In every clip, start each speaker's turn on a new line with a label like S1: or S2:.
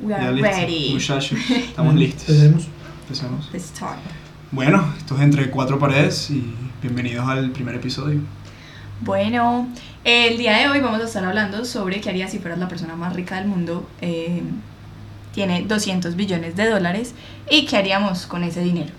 S1: We
S2: Ya
S1: are
S2: listo,
S1: ready.
S2: muchachos, estamos listos.
S3: Empecemos.
S2: Empecemos.
S1: Let's start.
S2: Bueno, esto es Entre Cuatro Paredes y bienvenidos al primer episodio.
S1: Bueno, el día de hoy vamos a estar hablando sobre qué harías si fueras la persona más rica del mundo. eh, tiene 200 billones de dólares. ¿Y qué haríamos con ese dinero?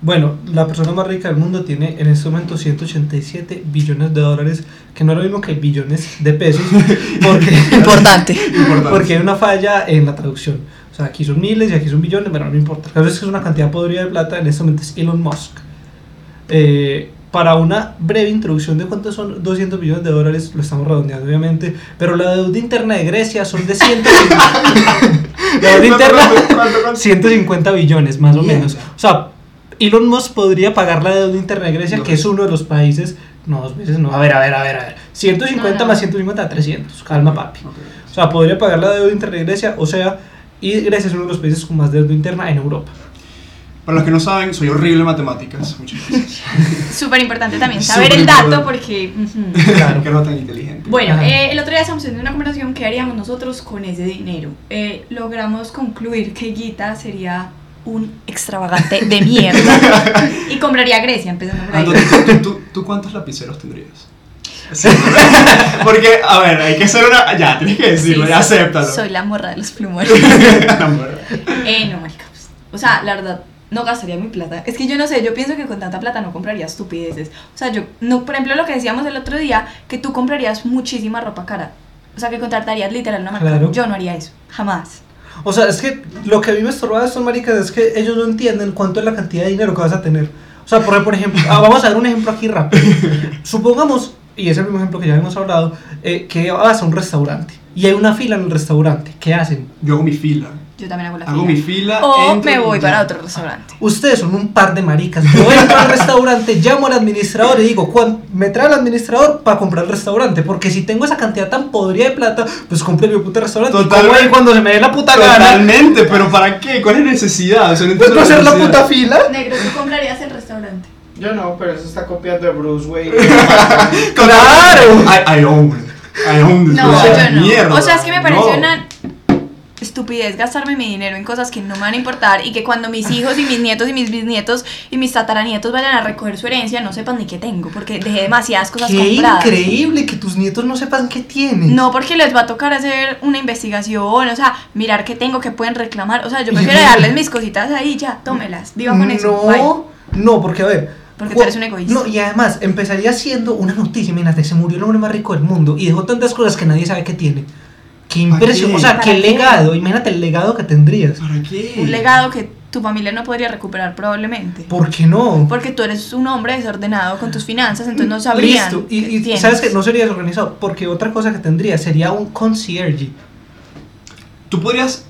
S3: Bueno, la persona más rica del mundo tiene en este momento 187 billones de dólares, que no es lo mismo que billones de pesos, porque,
S1: Importante.
S2: Importante.
S3: porque hay una falla en la traducción. O sea, aquí son miles y aquí son billones, pero no me importa. Claro es que es una cantidad podrida de plata, en este momento es Elon Musk. Eh, para una breve introducción de cuántos son 200 billones de dólares, lo estamos redondeando obviamente, pero la deuda interna de Grecia son de 150 La deuda
S2: ¿Cuánto,
S3: interna...
S2: cuánto, cuánto, cuánto?
S3: 150 billones, más o
S2: Mierda.
S3: menos. O sea, Elon Musk podría pagar la deuda interna de Grecia,
S2: Dos
S3: que es uno de los países. No, dos veces no. A ver, a ver, a ver, a ver. 150
S1: No, no.
S3: más 150, 300. Calma, papi.
S2: Ok.
S3: O sea, podría pagar la deuda interna de Grecia, o sea, y Grecia es uno de los países con más deuda interna en Europa.
S2: Para los que no saben, soy horrible en matemáticas. Muchas gracias.
S1: Súper importante también saber
S2: Súper
S1: el dato
S2: importante.
S1: porque... ujú.
S3: Claro.
S2: que no tan inteligente.
S1: Bueno,
S3: Ajá.
S1: eh, el otro día estamos teniendo una conversación que haríamos nosotros con ese dinero. Eh, logramos concluir que Guita sería un extravagante de mierda y compraría Grecia, empezando por ahí.
S2: Ando, ¿tú, tú, tú- tú cuántos lapiceros tendrías? Porque, a ver, hay que ser una. Ya, tienes que
S1: Sí,
S2: decirlo,
S1: soy-
S2: ya pues, acéptalo.
S1: Soy la morra de los plumones.
S2: La morra.
S1: eh, no, marica. pues, O sea, la verdad, no gastaría mi plata. Es que yo no sé, yo pienso que con tanta plata no compraría estupideces. O sea, yo, no, por ejemplo, lo que decíamos el otro día, que tú comprarías muchísima ropa cara. O sea, que contratarías literal una marca.
S3: Claro.
S1: Yo no haría eso, jamás.
S3: O sea, es que lo que a mí me estorba de estos maricas es que ellos no entienden cuánto es la cantidad de dinero que vas a tener. O sea, por, por ejemplo, ah, vamos a dar un ejemplo aquí rápido. Supongamos, y es el mismo ejemplo que ya hemos hablado, eh, que vas a un restaurante y hay una fila en el restaurante. ¿Qué hacen?
S2: Yo hago mi fila.
S1: Yo también hago la
S2: Hago
S1: fila.
S2: mi fila.
S1: O
S2: entro
S1: me
S2: y
S1: voy
S2: ya.
S1: para otro restaurante.
S3: Ustedes son un par de maricas. Yo entro al restaurante, llamo al administrador y digo, "Juan, me trae el administrador para comprar el restaurante. Porque si tengo esa cantidad tan podrida de plata, pues compro mi puto restaurante. Y
S2: Totalmente.
S3: como ahí cuando se me dé la puta gana,
S2: Totalmente, pero ¿para qué? ¿Cuál es la necesidad? O sea, no
S3: pues
S2: entiendo
S3: no hacer la
S2: necesidad.
S3: puta fila.
S1: Negro, ¿tú comprarías el restaurante?
S4: Yo no, pero eso está copiando de Bruce Wayne.
S3: ¡Claro!
S2: I, I own. I own this
S1: No, yo
S2: place.
S1: no.
S2: Mierda.
S1: o sea, es que me pareció
S2: No.
S1: una estupidez gastarme mi dinero en cosas que no me van a importar y que cuando mis hijos y mis nietos y mis bisnietos y mis tataranietos vayan a recoger su herencia no sepan ni qué tengo porque dejé demasiadas cosas
S3: Qué
S1: compradas.
S3: increíble que tus nietos no sepan qué tienen.
S1: No, porque les va a tocar hacer una investigación, o sea, mirar qué tengo, qué pueden reclamar. O sea, yo prefiero darles mis cositas ahí, ya, tómelas, viva con eso. bye.
S3: No, no, porque a ver.
S1: Porque
S3: ju-
S1: tú eres un egoísta.
S3: No, y además empezaría siendo una noticia. Imagínate, se murió el hombre más rico del mundo y dejó tantas cosas que nadie sabe que tiene. Qué impresión.
S2: qué?
S3: O sea,
S1: ¿Para
S3: qué
S1: qué?
S3: legado. Imagínate el legado que tendrías.
S2: ¿Para qué?
S1: Un legado que tu familia no podría recuperar probablemente.
S3: ¿Por qué no?
S1: Porque tú eres un hombre desordenado con tus finanzas, entonces no sabrían.
S3: Listo. Y, y
S1: tienes.
S3: sabes que no sería desorganizado. Porque otra cosa que tendría sería un concierge.
S2: Tú podrías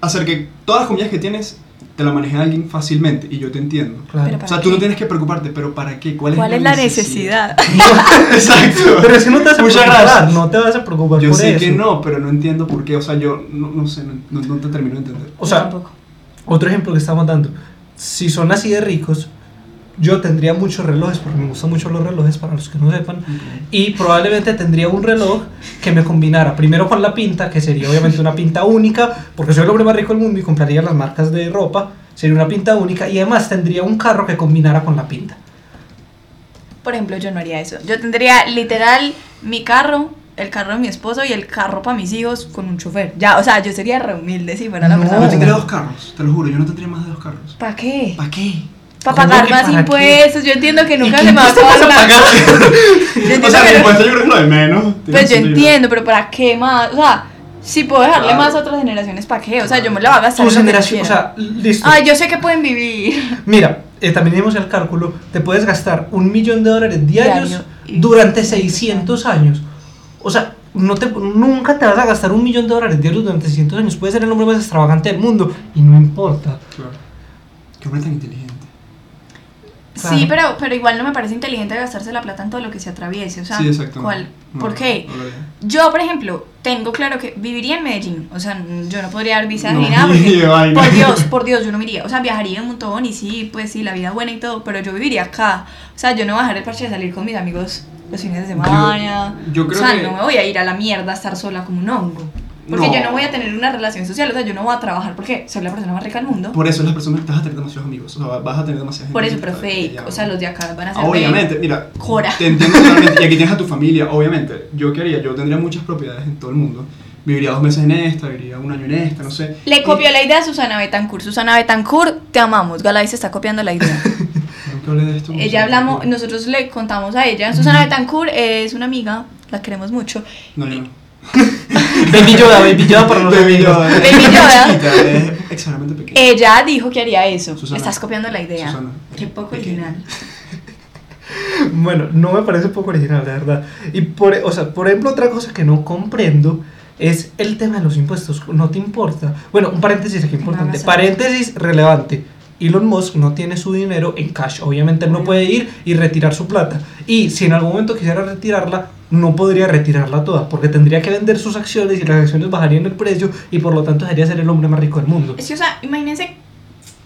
S2: hacer que todas las comidas que tienes te la maneje alguien fácilmente y yo te entiendo.
S3: Claro.
S1: Pero-
S2: O sea,
S1: ¿Para
S2: tú no
S1: qué?
S2: tienes que preocuparte, pero ¿para qué? ¿Cuál,
S1: ¿Cuál es la necesidad?
S2: Exacto.
S3: Pero es que no te vas a
S2: Muchas
S3: preocupar.
S2: gracias.
S3: No te vas a preocupar
S2: Yo
S3: por
S2: sé
S3: eso.
S2: que no, pero no entiendo por qué. O sea, yo no, no sé, no, no- no te termino de entender.
S3: O sea,
S1: Tampoco.
S3: Otro ejemplo que estamos dando. Si son así de ricos, yo tendría muchos relojes, porque me gustan mucho los relojes, para los que no sepan. Y probablemente tendría un reloj que me combinara primero con la pinta, que sería obviamente una pinta única, porque soy el hombre más rico del mundo y compraría las marcas de ropa. Sería una pinta única y además tendría un carro que combinara con la pinta.
S1: Por ejemplo, yo no haría eso. Yo tendría literal mi carro, el carro de mi esposo y el carro para mis hijos con un chofer. Ya, o sea, yo sería re humilde si fuera la
S3: No.
S2: Yo
S1: persona.
S2: tendría dos carros, te lo juro, yo no tendría más de dos carros.
S1: ¿Para qué?
S2: ¿Para qué?
S1: Para
S3: ¿Cómo
S1: pagar
S3: que
S1: más
S3: para qué?
S1: impuestos. Yo entiendo que nunca
S3: qué
S1: se me va a
S3: impuestos vas a
S1: pagar. Yo entiendo
S2: O sea,
S1: que
S2: el
S1: no-
S2: impuesto yo creo que es lo de menos.
S1: Pues yo entiendo, pero ¿para qué más? O sea, si puedo dejarle
S2: Claro.
S1: más a otras generaciones, ¿para qué? O sea, yo me la voy a gastar. en
S3: Tu
S1: lo que
S3: generación, o
S1: quiera.
S3: sea, listo.
S1: Ay, yo sé que pueden vivir.
S3: Mira, eh, también hicimos el cálculo, te puedes gastar un millón de dólares diarios
S1: Diario. Y-
S3: durante 600 años. O sea, no te, nunca te vas a gastar un millón de dólares diarios durante 600 años. Puedes ser el hombre más extravagante del mundo y no importa.
S2: Claro. Qué hombre tan inteligente.
S1: Sí,
S3: Claro.
S1: pero, pero igual no me parece inteligente gastarse la plata en todo lo que se atraviese. O sea,
S2: sí, exacto.
S1: ¿cuál?
S2: No,
S1: ¿Por qué?
S2: no lo haría.
S1: Yo, por ejemplo, tengo claro que viviría en Medellín. O sea, n- yo no podría dar visa ni
S2: No,
S1: nada.
S2: ni
S1: Porque,
S2: de vaina.
S1: por Dios, por Dios, yo no me iría. O sea, viajaría un montón y sí, pues sí, la vida es buena y todo. Pero yo viviría acá. O sea, yo no voy a dejar el parche de salir con mis amigos los fines de semana.
S2: Yo- yo creo
S1: o sea,
S2: que-
S1: no me voy a ir a la mierda a estar sola como un hongo. Porque
S2: No.
S1: yo no voy a tener una relación social, o sea, yo no voy a trabajar porque soy la persona más rica del mundo. Por,
S2: Por eso las personas te vas a tener demasiados amigos, o sea, vas a tener demasiada gente.
S1: eso,
S2: que
S1: pero
S2: te- que
S1: fake.
S2: llama.
S1: O sea, los de acá van a ser.
S2: Ah, Obviamente, mira,
S1: Jora.
S2: te entiendo totalmente. Y aquí tienes a tu familia, obviamente. Yo qué haría, yo tendría muchas propiedades en todo el mundo. Viviría dos meses en esta, viviría un año en esta, no sé.
S1: Le copió la idea a Susana Betancourt. Susana Betancourt, te amamos. Galay se está copiando la idea.
S2: Nunca hablé de esto. no sé.
S1: ella hablamos, nosotros le contamos a ella. Susana Betancourt es una amiga, la queremos mucho.
S2: No, yo no.
S3: Baby Yoda, Baby Yoda para los
S2: Baby
S3: amigos.
S2: Yoda.
S1: Baby Yoda. Eh,
S2: Chiquita, Es exageradamente pequeña.
S1: Ella dijo que haría eso.
S2: Susana.
S1: Estás copiando la idea.
S2: Susana.
S1: Qué poco
S2: Pequeña.
S1: original.
S3: Bueno, no me parece poco original, la verdad. Y por, o sea, por ejemplo, otra cosa que no comprendo es el tema de los impuestos. No te importa. Bueno, un paréntesis aquí importante.
S1: Vamos a-
S3: Paréntesis relevante. Elon Musk no tiene su dinero en cash. Obviamente él no puede ir y retirar su plata. Y si en algún momento quisiera retirarla, no podría retirarla toda, porque tendría que vender sus acciones y las acciones bajarían el precio y por lo tanto sería ser el hombre más rico del mundo.
S1: Es que, o sea, imagínense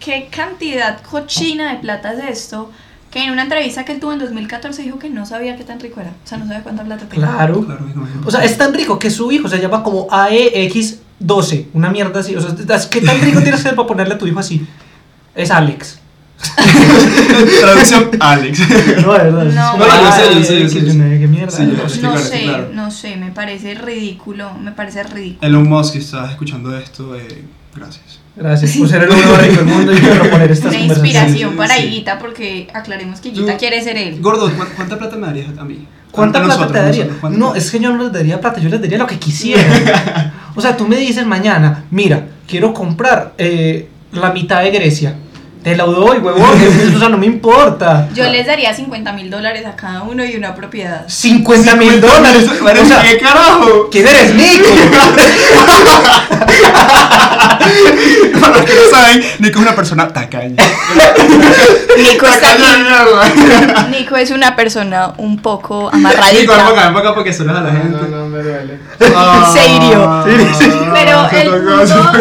S1: qué cantidad cochina de plata es esto. Que en una entrevista que él tuvo en 2014 dijo que no sabía qué tan rico era. O sea, no sabía cuánta plata tenía.
S3: Claro.
S2: Claro, digo, yo.
S3: O sea, es tan rico que su hijo se llama como AEX12, una mierda así. O sea, es- ¿qué tan rico tienes que ser para ponerle a tu hijo así? Es Alex.
S2: Traducción Alex.
S3: No, de verdad. es
S1: No.
S3: como
S1: No, yo
S2: sé, yo sé, yo sé, yo sé.
S3: AEX19, Qué mierda.
S2: Sí, yo sé.
S1: No
S2: claro,
S1: sé,
S2: sí, claro.
S1: no sé, me parece ridículo, me parece ridículo.
S2: Elon Musk, si estás escuchando esto, eh, gracias.
S3: Gracias por ser el único rico del mundo y por proponer estas
S1: Una
S3: conversaciones.
S1: inspiración
S2: sí,
S1: para
S2: sí.
S1: Higuita porque aclaremos que Higuita
S2: Yo-
S1: quiere ser él.
S2: Gordo, ¿cu- ¿cuánta plata me darías a mí?
S3: ¿Cuánta
S2: A
S3: plata
S2: nosotros,
S3: te
S2: a
S3: daría?
S2: nosotros, ¿cuánta
S3: No,
S2: plata?
S3: es que yo no les daría plata, yo les daría lo que quisiera. o sea, tú me dices mañana, mira, quiero comprar eh, la mitad de Grecia. Te la doy, huevón. O sea, no me importa.
S1: Yo les daría 50 mil dólares a cada uno y una propiedad.
S3: 50 mil dólares. O sea,
S2: ¿Qué carajo?
S3: ¿Quién eres, Nico?
S2: Para los que no saben, Nico es una persona tacaña.
S1: Nico, está
S2: Tacaña de
S1: aquí.
S2: mierda.
S1: Nico es una persona un poco
S2: Nico, ven para
S1: amarradita.
S2: acá, ven para acá porque saludas a la
S4: No, no,
S2: gente. Ah.
S4: no, me duele.
S1: Seirio. Pero el punto,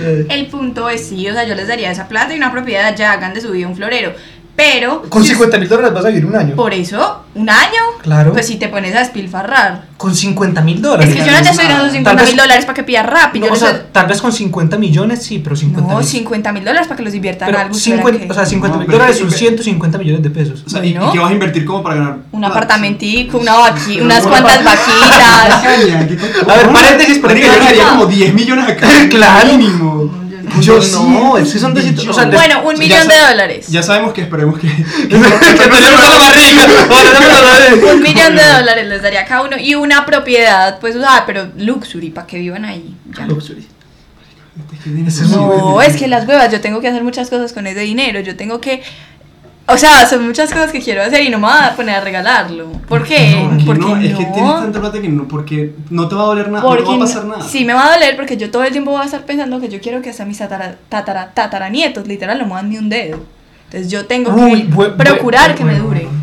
S3: Eh,
S1: El punto es sí, o sea, yo les daría esa plata y una propiedad ya hagan de su vida un florero. Pero,
S3: Con 50 mil dólares vas a vivir un año.
S1: por eso, un año,
S3: Claro.
S1: pues si te pones a despilfarrar.
S3: Con 50 mil dólares.
S1: Es que yo no te estoy dando
S2: Tal
S1: 50 mil
S3: vez-
S1: dólares para que pidas rap.
S3: No,
S1: yo
S3: o
S1: no,
S3: sea, tal vez con 50 millones sí, pero 50
S1: no,
S3: mil.
S1: 50 mil dólares para que los inviertan en
S3: pero
S1: algo. espera
S3: 50,
S1: que-
S3: o sea, 50 mil
S2: No, pero-
S3: dólares son 150 millones de pesos.
S2: O sea, ¿y,
S1: Bueno.
S2: y qué vas a invertir como para ganar?
S1: un
S2: plata?
S1: apartamentico, una vaqui-
S2: Pero
S1: unas
S2: bueno,
S1: cuantas vaquitas.
S2: Tacaña, ¿qué co-
S3: A ver, paréntesis,
S2: Marica,
S3: paréntesis.
S2: yo le daría como 10 millones acá.
S3: Claro.
S2: Mínimo.
S1: No,
S3: yo
S2: sí,
S3: no, es que son 200, o sea,
S2: millones.
S1: Bueno, un
S2: Ya
S1: millón
S2: sa-
S1: de dólares.
S2: Ya sabemos que esperemos que.
S3: Que tenemos a la barriga. Ahora tenemos a la barriga.
S1: Un millón de dólares les daría a cada uno y una propiedad, pues, o sea, pero luxury, para que vivan ahí. ya.
S3: Ese es
S1: No, es que las huevas, yo tengo que hacer muchas cosas con ese dinero, yo tengo que... O sea, son muchas cosas que quiero hacer y no me voy a poner a regalarlo. ¿Por qué?
S3: No,
S2: Porque
S1: Porque
S2: no, es que
S1: no.
S2: tienes tanta plata que no, porque no te va a doler nada,
S1: Porque
S2: no te va a
S1: no-
S2: pasar nada.
S1: Sí, me va a doler porque yo todo el tiempo voy a estar pensando que yo quiero que hasta mis tatara, tatara- tataranietos, literal, no muevan ni un dedo. Entonces yo tengo que
S3: Uy, buen-
S1: procurar
S3: buen-
S1: que me
S3: bueno,
S1: dure.
S3: bueno.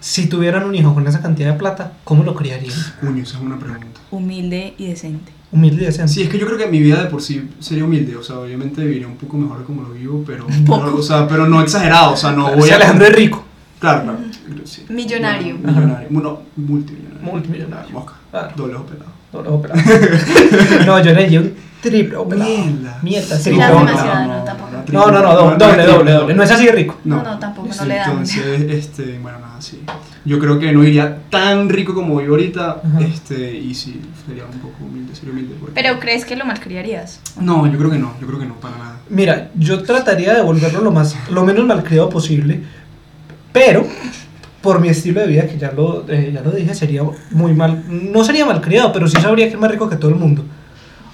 S3: Si tuvieran un hijo con esa cantidad de plata, ¿cómo lo criarían?
S2: Coño, esa es una pregunta.
S1: Humilde y decente.
S3: Humilde y decente.
S2: Sí, es que yo creo que mi vida de por sí sería humilde, o sea, obviamente viviría un poco mejor como lo vivo, pero,
S1: poco.
S2: pero, o sea, pero no exagerado, o sea, no
S3: Claro,
S2: voy
S3: si
S2: a...
S3: Alejandro es rico.
S2: Claro, claro. sí.
S1: Millonario.
S2: Bueno, millonario. Bueno, multimillonario.
S3: Multimillonario.
S2: Mosca.
S3: Claro.
S2: Doble ojo pelado.
S3: No, no, pero- no, yo le di un triple. oh,
S2: Mierda.
S3: Mierda,
S1: Sí, la
S3: triple. No,
S1: demasiado. no, tampoco.
S2: triple,
S3: no, no, no, doble,
S2: es
S3: doble,
S2: triple,
S3: doble, doble. No es así de rico.
S1: No, no, tampoco, no le dan.
S2: Entonces, este, bueno, nada, sí. Yo creo que no iría tan rico como vivo ahorita,
S3: Ajá.
S2: este, y sí, sería un poco humilde, sería humilde. porque-
S1: Pero ¿crees que lo malcriarías?
S2: No, yo creo que no, yo creo que no, para nada.
S3: Mira, yo trataría de volverlo lo, más, lo menos malcriado posible, pero por mi estilo de vida, que ya lo, eh, ya lo dije, sería muy mal. No sería malcriado, pero sí sabría que es más rico que todo el mundo.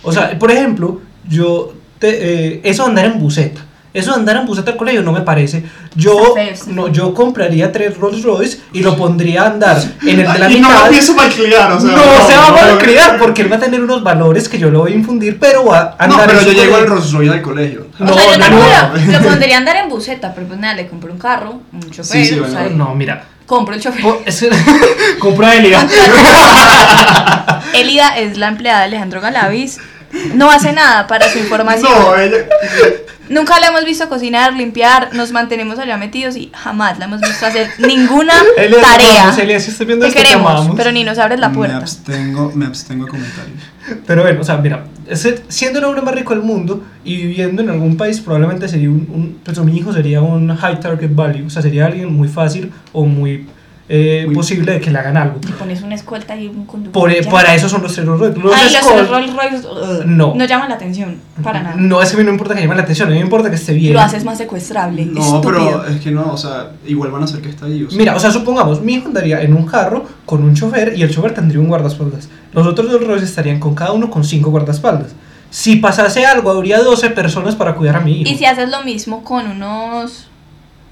S3: O sea, por ejemplo, yo. te- eh, eso de andar en buseta. Eso de andar en buseta al colegio no me parece. Yo,
S1: Está feo, está
S3: no, yo compraría tres Rolls Royce y lo pondría a andar en el de la
S2: y no
S3: mitad.
S2: me pienso malcriar, o sea.
S3: no, se va
S2: no,
S3: a
S2: no,
S3: malcriar porque él va a tener unos valores que yo lo voy a infundir, pero va a
S2: No,
S3: andar
S2: pero
S3: en
S2: yo
S3: su
S2: llego al
S3: colegio.
S2: Rolls Royce del colegio.
S1: O
S3: No,
S1: sea, yo
S3: no,
S1: tampoco
S3: no.
S1: Lo, lo pondría a andar en buseta, pero pues nada, le compro un carro, un chofer,
S2: Sí, sí,
S1: o
S2: bueno,
S1: sea,
S3: No, mira.
S1: compro el chofer.
S3: Po- es- Compra Elia.
S1: Elida es la empleada de Alejandro Galavis. No hace nada para su información.
S2: No,
S3: eh.
S2: ella.
S1: Nunca la hemos visto cocinar, limpiar, nos mantenemos allá metidos y jamás la hemos visto hacer ninguna
S3: Elia, te
S1: tarea.
S3: amamos, Elia, si estás viendo
S1: te
S3: esto, te
S1: queremos,
S3: amamos.
S1: pero ni nos abres la
S2: Me
S1: puerta.
S2: abstengo, me abstengo de comentarios.
S3: Pero bueno, o sea, mira, ese- siendo el hombre más rico del mundo y viviendo en algún país, probablemente sería un, un- pues mi hijo sería un high target value, o sea, sería alguien muy fácil o muy, eh,
S2: Muy-
S3: posible de que le hagan algo.
S1: Y pones una escolta y un conductor.
S3: Por, e-
S1: ya.
S3: para eso son los ceros Rolls. Los
S1: Ay, los
S3: Scott-
S1: tres Rolls Royce uh,
S3: No.
S1: no llaman la atención, para nada.
S3: No, es que a mí no me importa que llame la atención, a mí me importa que esté bien.
S1: Lo haces más secuestrable.
S2: No, pero
S1: estúpido.
S2: es que no, o sea, igual van a hacer que está ahí. O sea,
S3: Pues Mira, o sea, supongamos, mi hijo andaría en un carro con un chofer y el chofer tendría un guardaespaldas. Los otros dos Rolls estarían con cada uno con cinco guardaespaldas. Si pasase algo, habría 12 personas para cuidar a mi hijo.
S1: Y si haces lo mismo con unos.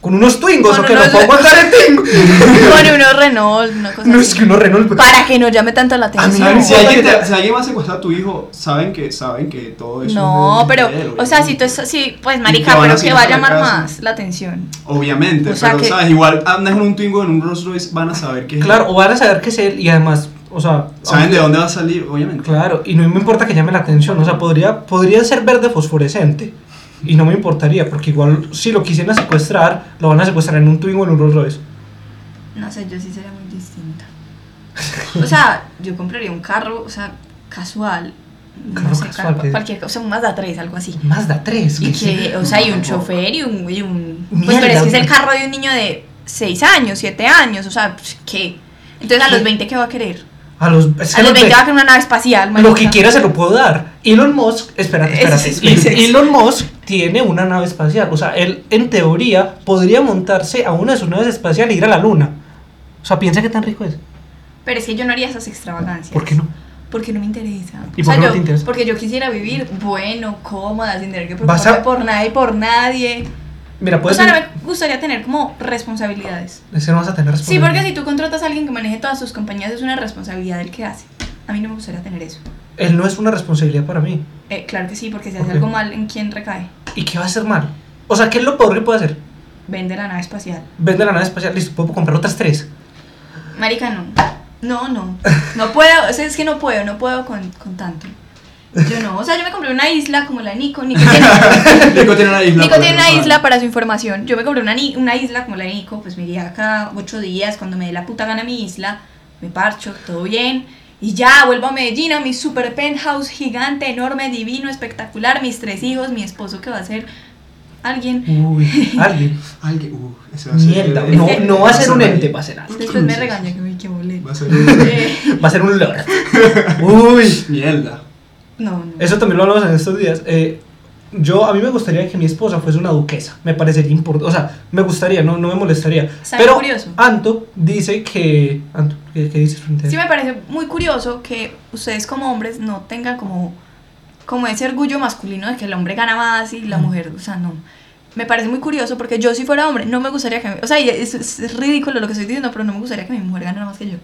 S3: Con unos twingos,
S1: Con
S3: o que no
S1: unos-
S3: puedo aguantar el twingo.
S1: con unos Renault, una cosa
S3: No
S1: así.
S3: es que unos Renault. pues,
S1: Para que no llame tanto la
S3: A mí
S1: atención.
S3: me
S2: si, alguien
S3: Mira.
S2: te- si alguien va a secuestrar a tu hijo, saben que, saben que todo
S3: pues,
S2: eso.
S1: No,
S2: es de-
S1: pero,
S2: de él,
S1: o sea, si tú
S2: obviamente.
S1: estás, sí, pues
S2: te
S1: marica,
S2: van a
S1: pero que va a
S2: asignar a la
S1: llamar
S2: casa.
S1: más la atención.
S2: Obviamente,
S1: O sea
S2: pero
S1: que-
S2: sabes, igual andas en un Twingo en un Rolls Royce, van a saber que es
S3: Claro,
S2: él.
S3: o van a saber que es él y además, o sea.
S2: Saben de
S3: aunque-
S2: dónde va a salir, obviamente.
S3: Claro, y no me importa que llame la atención, o sea, podría, podría ser verde fosforescente. Y no me importaría, porque igual si lo quisieran secuestrar, lo van a secuestrar en un Twingo o en un Rolls Royce.
S1: No sé, yo sí sería muy distinta. O sea, yo compraría un carro, o sea, casual.
S3: Carro
S1: no sé,
S3: casual,
S1: ca-
S3: ¿qué?
S1: cualquier cosa, un Mazda 3, algo así.
S3: Mazda 3.
S1: Y
S3: que sí.
S1: que, o sea, y un
S2: No,
S1: chofer y un, y un- Pues,
S3: Mierda,
S1: pero es que es el
S3: güey.
S1: carro de un niño de 6 años, 7 años, o sea, pues, ¿qué? Entonces, a
S3: ¿Qué?
S1: los 20, ¿qué va a querer?
S3: A los, es que
S1: A los
S3: los
S1: 20
S3: ve-
S1: va a querer una nave espacial,
S3: lo
S1: marica.
S3: que quiera se lo puedo dar. Elon Musk, espérate,
S1: Eso
S3: espérate.
S1: es SpaceX.
S3: Elon Musk tiene una nave espacial. O sea, él en teoría podría montarse a una de sus naves espaciales e ir a la luna. O sea, piensa que tan rico es.
S1: Pero es que yo no haría esas extravagancias.
S3: ¿Por qué no?
S1: Porque no me interesa.
S3: ¿Y por qué no
S1: yo-
S3: te interesa?
S1: Porque yo quisiera vivir bueno, cómoda, sin tener que
S3: Vas a-
S1: preocuparme por nada y por nadie.
S3: Mira,
S1: O
S3: puedes.
S1: sea, no me gustaría tener como responsabilidades.
S3: Es que no vas a tener
S1: Sí, porque
S3: responsabilidad.
S1: si tú contratas a alguien que maneje todas sus compañías es una responsabilidad del que hace. A mí no me gustaría tener eso.
S3: Él no es una responsabilidad para mí.
S1: Eh, claro que sí, porque si
S3: Ok.
S1: hace algo mal, ¿en quién recae?
S3: ¿Y qué va a hacer mal? O sea, ¿qué es lo peor que puede hacer?
S1: Vende la nave espacial.
S3: Vende la nave espacial, listo, puedo comprar otras tres.
S1: Marica, no. No, no. No puedo, o sea, es que no puedo, no puedo con, con tanto. Yo no, o sea, yo me compré una isla como la Nico. Nico tiene,
S2: Nico tiene una isla.
S1: Nico
S2: por
S1: tiene una
S2: ejemplo,
S1: isla para su información. Yo me compré una, ni- una isla como la de Nico, pues me iría acá ocho días, cuando me dé la puta gana mi isla, me parcho, todo bien. Y ya, vuelvo a Medellín, a mi super penthouse gigante, enorme, divino, espectacular, mis tres hijos, mi esposo que va a ser alguien.
S3: Uy, alguien.
S2: Alguien, uh, ese va a ser-
S3: Mierda,
S2: el-
S3: no,
S2: el-
S3: no va a ser un
S2: alguien.
S3: ente, va a ser alguien.
S1: Después me regaña que me que volé.
S2: Va a ser un.
S1: Eh,
S3: Va a ser un lord. Uy.
S2: Mierda.
S1: no, no.
S3: Eso también lo hablamos en estos días. Eh, yo, a mí me gustaría que mi esposa fuese una duquesa. Me parecería importante. O sea, me gustaría, no, no me molestaría.
S1: Está
S3: Pero
S1: curioso.
S3: Anto dice que. Anto, ¿qué, qué dices frente a
S1: Sí
S3: eso?
S1: me parece muy curioso que ustedes como hombres no tengan como, como ese orgullo masculino de que el hombre gana más y la
S3: Mm.
S1: mujer, o sea, no. Me parece muy curioso porque yo si fuera hombre no me gustaría que... mi- O sea, y es, es ridículo lo que estoy diciendo, pero no me gustaría que mi mujer ganara más que yo.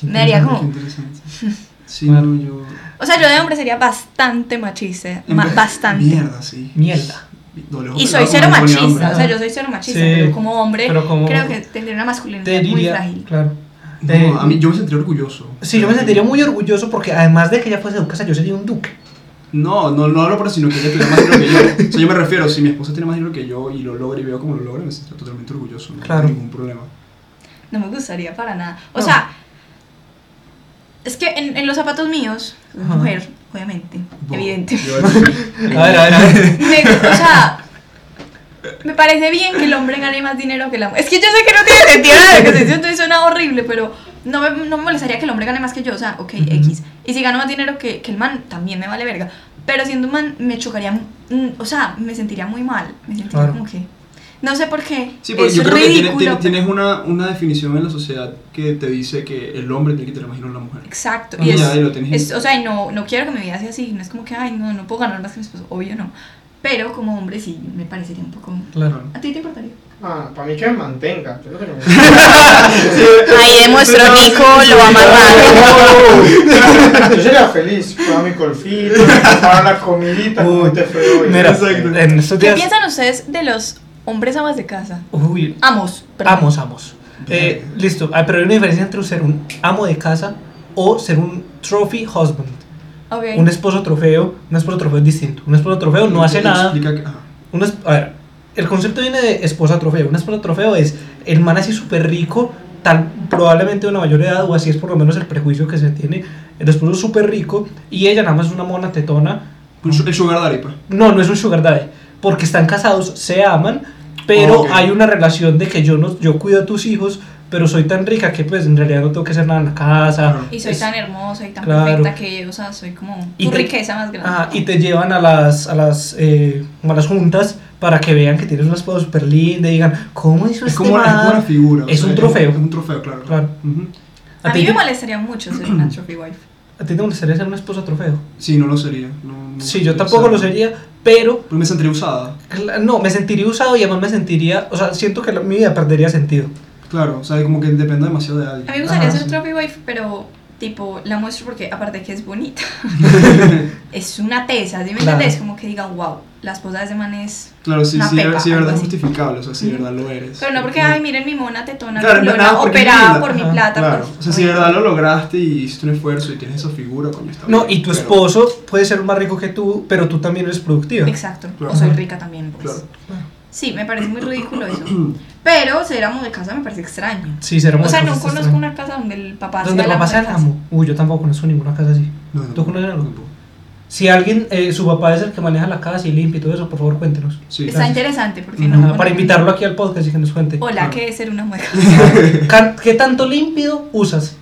S3: Qué
S1: Me haría
S2: Qué
S1: como...
S2: interesante. Sí,
S3: Claro.
S2: no, yo.
S1: O sea, yo de hombre sería bastante machista. ma- bastante.
S2: Mierda, sí.
S3: Mierda.
S2: Dolor-
S1: Y soy
S2: dolor-
S1: cero
S2: dolor-
S1: machista.
S2: hombre.
S1: O sea, yo soy cero machista,
S3: Sí,
S1: pero como hombre
S3: pero como-
S1: creo que tendría una
S3: Te
S1: masculinidad muy
S3: diría.
S1: frágil.
S3: Claro. Te-
S2: No, a mí, yo me sentiría orgulloso.
S3: Sí, yo me sentiría muy orgulloso porque además de que ella fuese duquesa, yo sería un duque.
S2: No, no, no hablo por eso, sino que ella tiene más dinero que yo. O sea, yo me refiero, si mi esposa tiene más dinero que yo y lo logra y veo cómo lo logra, me siento totalmente orgulloso. No
S3: Claro.
S2: tengo ningún problema.
S1: No me gustaría para nada. O
S3: No.
S1: sea, es que en, en los zapatos míos, soy
S3: Ajá.
S1: mujer, obviamente,
S2: Bo-
S1: evidente.
S2: yo-
S3: A ver, a ver, a ver.
S1: Me- o sea, me parece bien que el hombre gane más dinero que la mujer. Es que yo sé que no tiene sentido nada de que estoy diciendo y suena horrible, pero no me, no me molestaría que el hombre gane más que yo. O sea, ok,
S3: Ujú.
S1: X. Y si gano más dinero que, que el man, también me vale verga. Pero siendo un man, me chocaría. mm, o sea, me sentiría muy mal. Me sentiría
S3: Claro.
S1: como que. No sé por qué.
S2: Sí, porque
S1: es
S2: yo creo que
S1: ridículo.
S2: tienes, tienes- tienes una, una definición en la sociedad que te dice que el hombre tiene que tener más dinero que la mujer.
S1: Exacto.
S2: Ah,
S1: Y
S2: ya,
S1: es,
S2: ahí lo tenés.
S1: es- o sea, y no, no quiero que mi vida sea así. No es como que, ay, no, no puedo ganar más que mi esposo. Obvio no. Pero como hombre sí, me parecería un poco...
S3: Claro.
S1: ¿A ti te importaría?
S4: Ah, para mí que me mantenga. Yo no tengo-
S1: Ahí demostró Nico, lo va a
S4: Yo sería feliz. Para mi colfito, para la comidita, como te fue hoy.
S3: Mira,
S2: Exacto.
S3: en estos
S1: ¿Qué
S3: días.
S1: piensan ustedes de los hombres amas de casa?
S3: Uy,
S1: Amos. perdón.
S3: Amos, amos. Eh, listo, ah, pero hay una diferencia entre ser un amo de casa o ser un trophy husband.
S1: Ok.
S3: Un esposo trofeo, un esposo trofeo es distinto. Un esposo trofeo no hace nada.
S2: Explica que- ajá.
S3: Un es- a ver, el concepto viene de esposa trofeo. Una esposa trofeo es el man así súper rico tan probablemente de una mayor edad, o así es por lo menos el prejuicio que se tiene, el esposo es súper rico y ella nada más es una mona tetona.
S2: Un su- El sugar daddy, pues.
S3: No, no es un sugar daddy, porque están casados, se aman, pero
S2: Ok.
S3: hay una relación de que yo, no, yo cuido a tus hijos, pero soy tan rica que pues en realidad no tengo que hacer nada en la casa.
S2: Claro.
S1: Y soy
S3: Es-
S1: tan hermosa y tan
S3: Claro.
S1: perfecta que, o sea, soy como
S3: Y
S1: tu
S3: te-
S1: riqueza más grande.
S3: Ajá, y te llevan a las, a las, eh, como a las juntas para que vean que tienes una esposa súper linda y digan, ¿cómo hizo
S2: Es
S3: este
S2: como, es como
S3: man?"
S2: una figura. o
S3: Es
S2: sea,
S3: un trofeo.
S2: Es un trofeo, claro.
S3: Claro.
S2: Ujú.
S1: a
S3: ti
S1: mí me
S3: te-
S1: molestaría mucho ser una trophy wife.
S3: ¿A ti te molestaría ser una esposa trofeo?
S2: Sí, no lo sería. No, no
S3: Sí, yo
S2: sería
S3: tampoco
S2: usado.
S3: lo sería, pero
S2: Pero me sentiría usada.
S3: cla- no, me sentiría usado y además me sentiría, o sea, siento que la- mi vida perdería sentido.
S2: Claro, o sea, como que depende demasiado de alguien.
S1: A mí me gustaría
S3: Ajá,
S1: ser
S3: sí.
S1: trophy wife, pero tipo, la muestro porque aparte que es bonita. es una tesa, ¿sí me
S3: Claro.
S1: entendés? Como que digan, wow, la esposa de ese man es...
S2: Claro, sí,
S1: Una
S2: sí,
S1: pepa,
S2: sí, de
S1: algo
S2: verdad es
S1: así.
S2: justificable, o sea, sí, de
S1: Ujú.
S2: verdad lo eres.
S1: Pero no porque, ay, miren mi mona tetona,
S2: Claro,
S1: culona,
S2: nada, porque es
S1: operada
S2: linda.
S1: por mi
S3: Ajá,
S1: plata.
S2: Claro,
S1: pues,
S2: o sea, si de
S1: oye.
S2: verdad lo lograste y hiciste un esfuerzo y tienes esa figura, coño, está
S3: No,
S2: bien,
S3: y tu
S2: pero-
S3: esposo puede ser más rico que tú, pero tú también eres productiva.
S1: Exacto,
S2: Claro.
S1: o soy
S3: Ajá.
S1: rica también, pues.
S2: Claro.
S1: Sí, me parece muy ridículo eso. Pero ser amo de casa me parece extraño.
S3: Sí, será
S1: O
S2: pues,
S3: más
S1: sea, no
S3: cosas
S1: conozco
S3: extrañas.
S1: una casa donde el papá
S3: Donde el
S1: amo
S3: papá
S1: de
S3: sea el
S1: casa.
S3: amo. Uy, yo tampoco conozco ninguna casa así.
S2: No, no,
S3: ¿Tú conoces algo?
S2: tampoco.
S3: Si alguien, eh, su papá es el que maneja la casa y limpia y todo eso, por favor cuéntenos.
S2: Sí,
S1: Está
S3: Gracias.
S1: interesante porque
S3: Ajá,
S1: no.
S3: para
S1: no-
S3: invitarlo aquí al podcast y que nos cuente.
S1: Hola,
S2: Claro.
S1: ¿qué es ser una mueca?
S3: Ca- ¿Qué tanto límpido usas?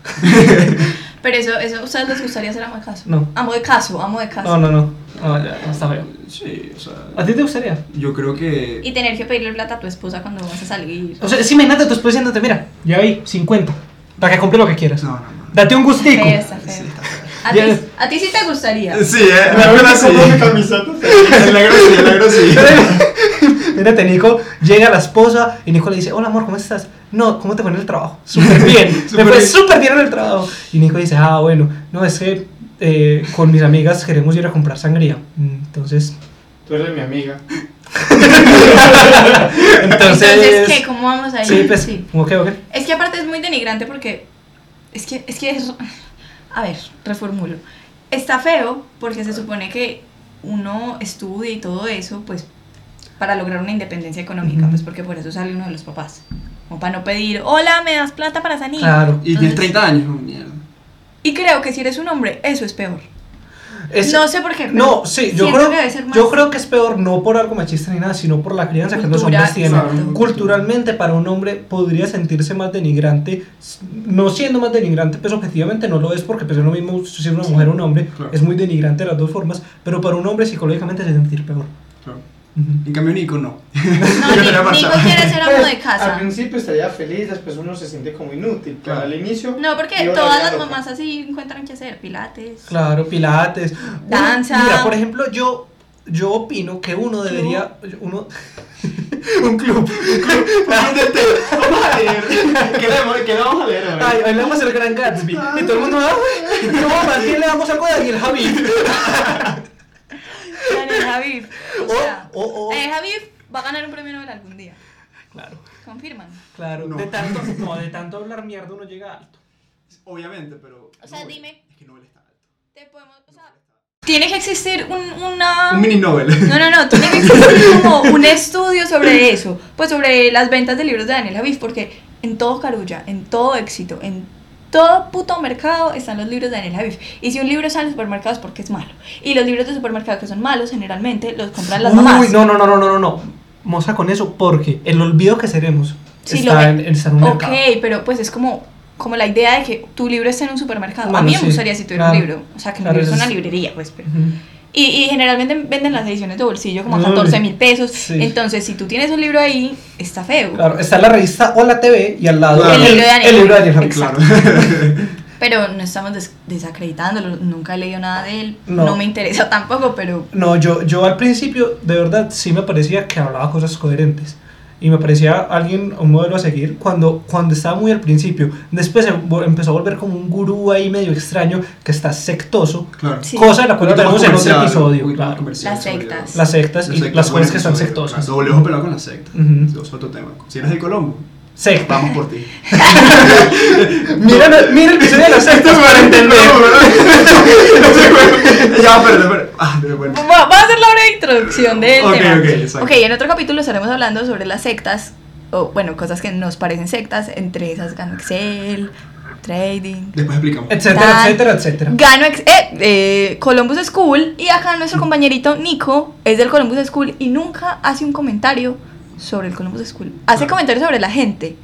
S1: Pero eso, eso, ¿ustedes les gustaría ser amo de casa?
S3: No.
S1: Amo de caso, amo de casa.
S3: No, no, no. No, Ah, ya, no está feo.
S2: sí, o sea,
S3: ¿A ti te gustaría?
S2: yo creo que...
S1: Y tener que pedirle plata a tu esposa cuando vas a salir.
S3: O sea, es imagínate tu esposa diciéndote, mira, ya vi, 50. Para que compre lo que quieras.
S2: No, no, no.
S3: Date un gustico.
S1: Fea, está fea.
S2: Sí, está feo.
S1: A
S3: Ya-
S1: ti- A ti sí te gustaría.
S2: Sí, eh,
S4: Me
S2: la
S4: voy
S2: verdad
S4: a
S2: sí.
S4: comprar mi camiseta.
S2: El negro sí, el negro sí.
S3: Mírate, Nico, llega la esposa y Nico le dice, hola amor, ¿cómo estás? No, ¿cómo te fue en el trabajo? Súper bien, me
S2: Súper
S3: fue
S2: bien.
S3: súper bien en el trabajo. Y Nico dice, ah, bueno, no, es que eh, con mis amigas queremos ir a comprar sangría. Mm, Entonces,
S4: Tú eres mi amiga.
S3: entonces...
S1: ¿qué? ¿Cómo vamos a ir?
S3: Sí, pues, ¿cómo que, o qué?
S1: Es que aparte es muy denigrante porque es que es que es a ver, reformulo. Está feo porque se supone que uno estudia y todo eso, pues para lograr una independencia económica,
S3: Ujú.
S1: pues porque por eso sale uno de los papás. O para no pedir, "Hola, ¿me das plata para esa niña?"
S3: Claro.
S2: Y tienes 30 años, oh, mierda.
S1: Y creo que si eres un hombre, eso es peor.
S3: Es-
S1: no sé por qué. pero
S3: No, sí, yo
S1: siento
S3: creo,
S1: que debe ser más
S3: yo creo que es peor no por algo machista ni nada, sino por la crianza que los
S1: Cultura,
S3: hombres tienen.
S1: exacto.
S3: Culturalmente, para un hombre podría sentirse más denigrante, s- no siendo más denigrante, pues objetivamente no lo es, porque pues es lo mismo si es una mujer o un hombre,
S2: Claro.
S3: es muy denigrante de las dos formas, pero para un hombre psicológicamente se sentir peor.
S2: Claro.
S3: Ujú.
S2: En cambio, Nico no.
S1: No,
S2: Yo
S1: Ni-
S2: te la
S1: Nico
S2: pasaba.
S1: quiere ser amo de
S4: Pues, Al
S1: casa.
S4: principio estaría feliz, después uno se siente como inútil. Pero
S2: Claro.
S4: al inicio.
S1: No, porque
S4: vivo la
S1: todas
S4: vida
S1: las
S4: loca.
S1: mamás así encuentran que hacer pilates.
S3: Claro, pilates,
S1: Danza.
S3: Mira, por ejemplo, yo, yo opino que uno debería, uno, un club.
S2: Vamos a leer. ¿Qué le- ¿Qué le vamos a leer hoy?
S3: Ay, hoy le vamos el gran Gatsby. Y todo el mundo, ah, güey, no, más bien le damos algo a Daniel Javid.
S1: Daniel Javid. O
S3: Oh,
S1: sea,
S3: oh, oh.
S1: Daniel Javid va a ganar un premio Nobel algún día.
S3: Claro,
S1: Confirman.
S3: claro.
S2: No.
S3: De, tanto, no, de tanto hablar mierda uno llega alto.
S2: Obviamente, pero...
S1: O sea,
S2: Nobel.
S1: dime.
S2: Es que Nobel está alto.
S1: Te podemos, o sea, tiene que existir un, una.
S2: Un mini Nobel.
S1: No, no, no. Tiene que existir como un estudio sobre eso. Pues sobre las ventas de libros de Daniel Javid. Porque en todo Carulla, en todo éxito, en todo puto mercado están los libros de Daniel Javid. Y si un libro está en los supermercados es porque es malo. Y los libros de supermercado que son malos generalmente los compran las mamás.
S3: Uy, no, no, no, no, no, no, no. Moza con eso porque el olvido que seremos
S1: Sí, lo-
S3: está, en, está en un
S1: Ok,
S3: mercado.
S1: pero pues es como, como la idea de que tu libro esté en un supermercado. a
S3: Bueno,
S1: mí me
S3: sí,
S1: gustaría si tuviera un
S3: claro.
S1: libro. O sea, que mi
S3: Claro,
S1: libro es
S3: eso
S1: una
S3: es-
S1: librería, pues. Pero...
S3: Ujú.
S1: Y, y generalmente venden las ediciones de bolsillo como a
S3: Uy,
S1: 14 mil pesos.
S3: sí.
S1: Entonces, si tú tienes un libro ahí, está feo.
S3: Claro, está la revista Hola TV y al lado
S2: Claro.
S1: El libro de Daniel
S3: el libro de
S1: Javid,
S3: Daniel Javid.
S1: exacto.
S2: Claro.
S1: Pero no estamos des- desacreditándolo. Nunca he leído nada de él. No,
S3: No.
S1: me interesa tampoco, pero.
S3: No, yo, yo al principio, de verdad, sí me parecía que hablaba cosas coherentes. Y me parecía alguien, un modelo a seguir, cuando, cuando estaba muy al principio. Después se vol- empezó a volver como un gurú ahí medio extraño, que está sectoso.
S2: Claro.
S1: Sí.
S3: Cosa de la
S2: Un
S3: cual
S2: poquito más
S3: hablaremos en otro
S2: comercial,
S3: episodio.
S2: un poquito más
S3: claro.
S2: comercial,
S1: Las
S2: sobre todo.
S1: sectas.
S3: Las sectas y
S2: sectas,
S3: las cuales
S2: bueno,
S3: que están
S2: sobre-
S3: sectosas.
S2: claro, Doble ojo pelado con las sectas.
S3: Ujú.
S2: Eso Es otro tema. Si eres de Colombo,
S3: Secta.
S2: vamos por ti.
S3: Mira, mira el episodio de las sectas para entender.
S2: Ya, pero, pero. Ah, de- bueno.
S1: Va- Vamos a hacer la breve introducción del
S2: Ok,
S1: tema.
S2: ok, exacto.
S1: Ok, en otro capítulo estaremos hablando sobre las sectas o bueno, cosas que nos parecen sectas, entre esas gano Excel, trading.
S2: Después explicamos.
S3: Etcétera,
S1: Tal.
S3: etcétera, etcétera.
S1: Gano ex- eh, eh, Columbus School y acá nuestro compañerito Nico es del Columbus School y nunca hace un comentario sobre el Columbus School. Hace
S2: Ah.
S1: comentarios sobre la gente.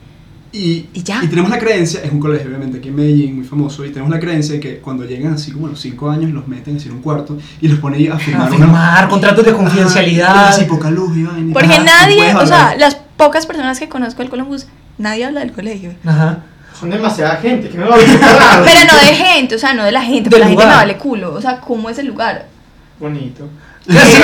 S2: Y,
S1: Y ya.
S2: tenemos la creencia, es un colegio obviamente aquí en Medellín muy famoso, y tenemos la creencia de que cuando llegan así como a los 5 años los meten así en un cuarto y los ponen ahí a firmar,
S3: A
S2: una-
S3: firmar contratos de
S2: Ajá,
S3: confidencialidad.
S2: así, poca luz y vaina.
S1: Porque
S2: Ajá, no
S1: nadie,
S2: puedes
S1: o sea,
S2: hablar.
S1: las pocas personas que conozco del Columbus, nadie habla del colegio.
S3: Ajá.
S4: Son demasiada gente, que me va a visitar.
S1: Pero no eh. de gente, o sea, no de la gente, porque
S3: Del
S1: la gente me
S3: lugar.
S1: vale culo. O sea, ¿cómo es el lugar?
S4: Bonito.
S3: Ya sí,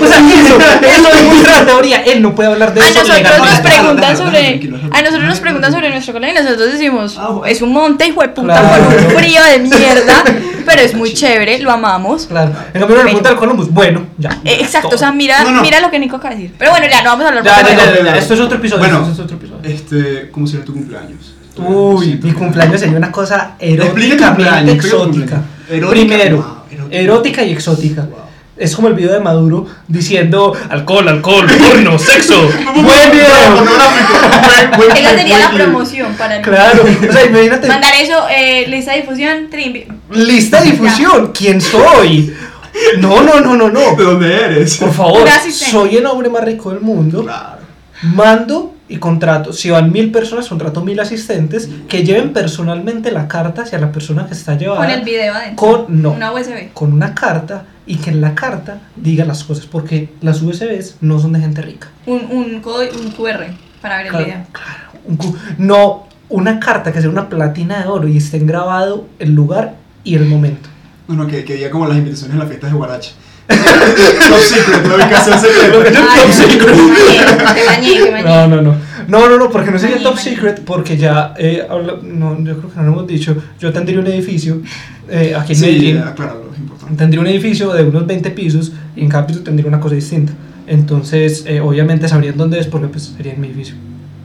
S3: o sea, eso, eso demuestra la teoría. Él no puede hablar de
S1: A
S3: eso.
S1: nosotros
S3: legalmente.
S1: nos
S2: déjalo,
S1: preguntan
S2: déjalo,
S1: sobre
S2: tranquilo, déjalo.
S1: a nosotros nos preguntan sobre nuestro colegio y nosotros decimos,
S2: Ah, bueno.
S1: es un monte hijo de puta
S3: Claro.
S1: con un frío de mierda, pero es muy chévere, lo amamos.
S3: Claro. En cambio, le pregunta al Columbus. Bueno, ya.
S1: Eh, Exacto,
S3: Todo.
S1: o sea, mira,
S2: No, no.
S1: mira lo que Nico acaba de decir. Pero bueno, ya no vamos a hablar
S3: Ya,
S1: más
S3: ya,
S1: de
S3: ya,
S1: eso.
S3: ya, ya. Esto es otro episodio.
S2: Bueno.
S3: esto es otro episodio.
S2: Este, ¿cómo sería tu cumpleaños?
S3: Uy, mi cumpleaños sería una cosa eróticamente
S2: cumpleaños, explica tu
S3: exótica.
S2: cumpleaños. Erótica,
S3: Primero,
S2: wow, erótica.
S3: erótica y exótica.
S2: Wow.
S3: Es como el video de Maduro diciendo alcohol, alcohol, porno, sexo. Buen video.
S1: Esa sería la promoción para mí.
S3: Claro, o sea, imagínate.
S1: Mandar eso, eh, lista de difusión, trim.
S3: Lista de difusión. ¿Quién soy? No, no, no, no, no.
S2: ¿De dónde eres?
S3: Por favor,
S1: Una asistente.
S3: soy el hombre más rico del mundo.
S2: Claro.
S3: Mando y contrato. Si van mil personas, contrato mil asistentes que lleven personalmente la carta hacia la persona que está llevada.
S1: Con el video adentro.
S3: Con, no,
S1: Una USB.
S3: con una carta y que en la carta diga las cosas. Porque las USBs no son de gente rica.
S1: Un, un, código- un QR para ver el
S3: Claro,
S1: video.
S3: claro, un cu- no, una carta que sea una platina de oro y estén grabado el lugar y el momento.
S2: No, no, que, que diga como las invitaciones a las fiestas de Guaracha. Top secret, no hay que hacer secreto.
S1: Ay, Te Ah, bañé, te bañé.
S3: No, no, no. No, no, no, porque no sería
S1: Maní,
S3: top
S1: maní.
S3: secret, porque ya, eh, habla- no, yo creo que no lo hemos dicho, yo tendría un edificio eh, aquí en
S2: Sí,
S3: Medellín,
S2: acláralo, es importante.
S3: tendría un edificio de unos 20 pisos y en cada piso tendría una cosa distinta. Entonces, eh, obviamente sabrían dónde es porque pues, sería en mi edificio.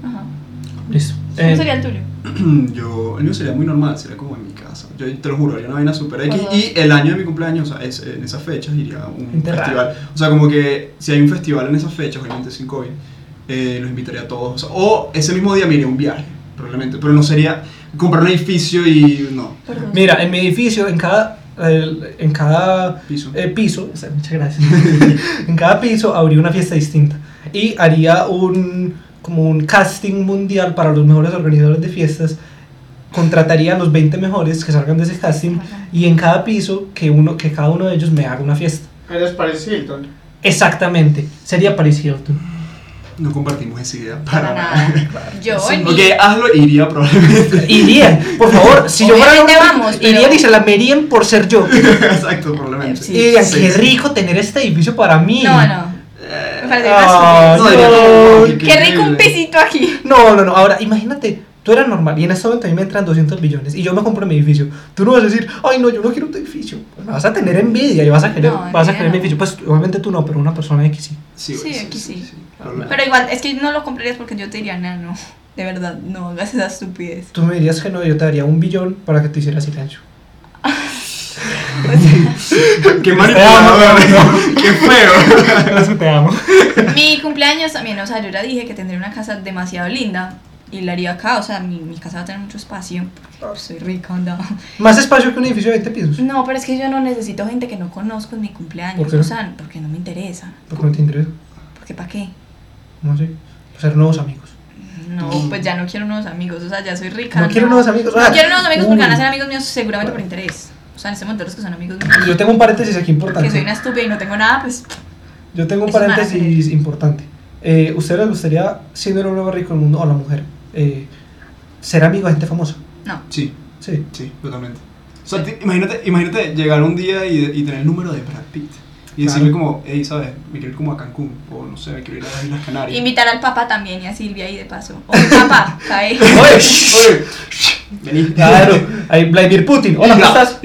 S1: Ajá.
S3: Listo.
S1: ¿Cómo
S3: Eh,
S1: sería el tuyo?
S2: Yo, el mío sería muy normal, sería como en mi casa. Yo te lo juro, haría una vaina super X.
S1: Ajá.
S2: Y el año de mi cumpleaños, o sea, es- en esas fechas iría a un
S3: Gente
S2: festival. O sea, como que si hay un festival en esas fechas, obviamente sin COVID, eh, los invitaría a todos. O, sea, o ese mismo día me iría a un viaje, probablemente. Pero no sería comprar un edificio y no.
S1: Perdón.
S3: Mira, en mi edificio, en cada, el- en cada
S2: Piso.
S3: eh, piso o sea, muchas gracias. en cada piso habría una fiesta distinta y haría un como un casting mundial para los mejores organizadores de fiestas. Contrataría a los 20 mejores que salgan de ese casting y en cada piso que uno que cada uno de ellos me haga una fiesta.
S4: Eres parecido, Hilton.
S3: Exactamente, sería Paris Hilton.
S2: No compartimos esa idea para,
S1: Para nada. Yo en mi-
S2: Ok, hazlo e iría probablemente.
S3: Iría, por favor, si yo fuera
S1: Obviamente
S3: hombre,
S1: vamos, pero-
S3: irían y se la merían por ser yo.
S2: Exacto, probablemente.
S1: Sí.
S3: Y dirían,
S2: Sí.
S3: qué rico tener este edificio para mí.
S1: No, no. Me parece
S3: Ah,
S1: más
S2: No,
S1: útil.
S2: diría,
S3: No.
S2: "Qué
S1: Qué rico un
S2: increíble".
S1: pisito aquí.
S3: No, no, no. Ahora, imagínate, tú eras normal y en este momento a mí me entran 200 billones y yo me compro mi edificio. Tú no vas a decir, ay, no, yo no quiero tu edificio. Pues Me vas a tener envidia y vas a querer,
S1: No,
S3: vas a
S1: envidia
S3: querer mi
S1: no.
S3: edificio. Pues obviamente tú no, pero una persona X sí.
S2: Sí,
S1: Sí, aquí sí.
S2: Probablemente.
S1: Pero igual, es que no lo comprarías porque yo te diría, no, no. De verdad, no hagas esa estupidez.
S3: Tú me dirías que no, yo te daría un billón para que te hicieras silencio.
S2: Qué manipulador, qué feo.
S3: Gracias, te amo.
S1: Mi cumpleaños también, o sea, yo ya dije que tendría una casa demasiado linda. Y la haría acá, o sea, mi, mi casa va a tener mucho espacio. porque Soy rica, anda.
S3: Más espacio que un edificio de 20 pisos.
S1: No, pero es que yo no necesito gente que no conozco en mi cumpleaños.
S3: ¿Por qué?
S1: O sea, porque no me interesa.
S3: ¿Por qué no te interesa?
S1: Porque para qué.
S3: No sé. Ser nuevos amigos.
S1: No, pues ya no quiero nuevos amigos, o sea, ya soy rica.
S3: No quiero nuevos amigos.
S1: No
S3: Ah,
S1: quiero nuevos amigos
S3: uy.
S1: porque van a ser amigos míos seguramente por interés. O sea, en este momento los que son amigos míos.
S3: Yo tengo un paréntesis aquí
S1: Porque soy una
S3: importante.
S1: estúpida y no tengo nada, pues.
S3: Yo tengo un
S1: Eso es mala
S3: paréntesis importante. Eh, ¿Ustedes les gustaría, siendo el hombre más rico del mundo, o la mujer, eh, ser amigo de gente famosa?
S1: No.
S2: Sí,
S3: Sí.
S2: sí, totalmente. O sea, ti- imagínate, imagínate llegar un día y, y tener el número de Brad Pitt. Y decirle
S3: Claro.
S2: como, hey, ¿sabes? Me quiero ir como a Cancún. O no sé, me quiero ir a las Islas Canarias.
S1: Invitar al papá también y a Silvia ahí de paso. O mi papá, cae.
S3: ¡Oye!
S2: Oye, vení.
S3: Claro, ahí Vladimir Putin. Hola, ¿cómo
S2: Inga,
S3: estás?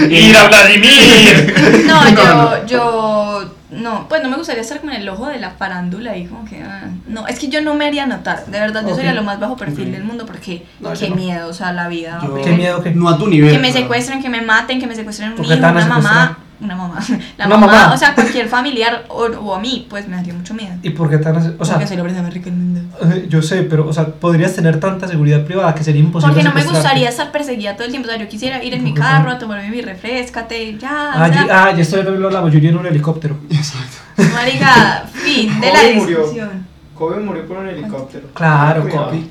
S2: Inga.
S3: ¡Ira Vladimir!
S1: No,
S2: No,
S1: yo, yo. No, pues no me gustaría estar con el ojo de la farándula y como que. ah, no, es que yo no me haría notar. De verdad, yo
S3: Ok.
S1: sería lo más bajo perfil
S2: Ok.
S1: del mundo porque.
S2: No, yo
S1: qué
S2: no.
S1: miedo, o sea, la vida.
S2: Yo-
S1: horrible.
S3: Qué miedo que.
S2: No a tu nivel.
S1: Que me
S2: pero-
S1: secuestren, que me maten, que me secuestren un
S3: ¿Por
S1: hijo,
S3: qué te van a
S1: una mamá.
S3: secuestrar?
S1: una mamá, la
S3: Una
S1: mamá,
S3: mamá.
S1: o sea, cualquier familiar o, o a mí, pues me daría mucho miedo.
S3: ¿Y por qué te van a hacer? O sea,
S1: porque soy la persona más rica del mundo.
S3: eh, yo sé, pero, o sea, podrías tener tanta seguridad privada que sería imposible.
S1: Porque no me
S3: secuestrarte.
S1: gustaría estar perseguida todo el tiempo. O sea, yo quisiera ir en mi
S3: Ujú.
S1: carro a tomarme mi refrescate, ya.
S3: Ah,
S1: o sea,
S3: ya- ah, ya estoy lo hablamos, yo iría en un helicóptero.
S2: Exacto.
S1: Marica, fin de la
S4: Hoy murió.
S1: discusión.
S4: Kobe murió por un helicóptero.
S3: Claro,
S4: Cuidado.
S3: Kobe.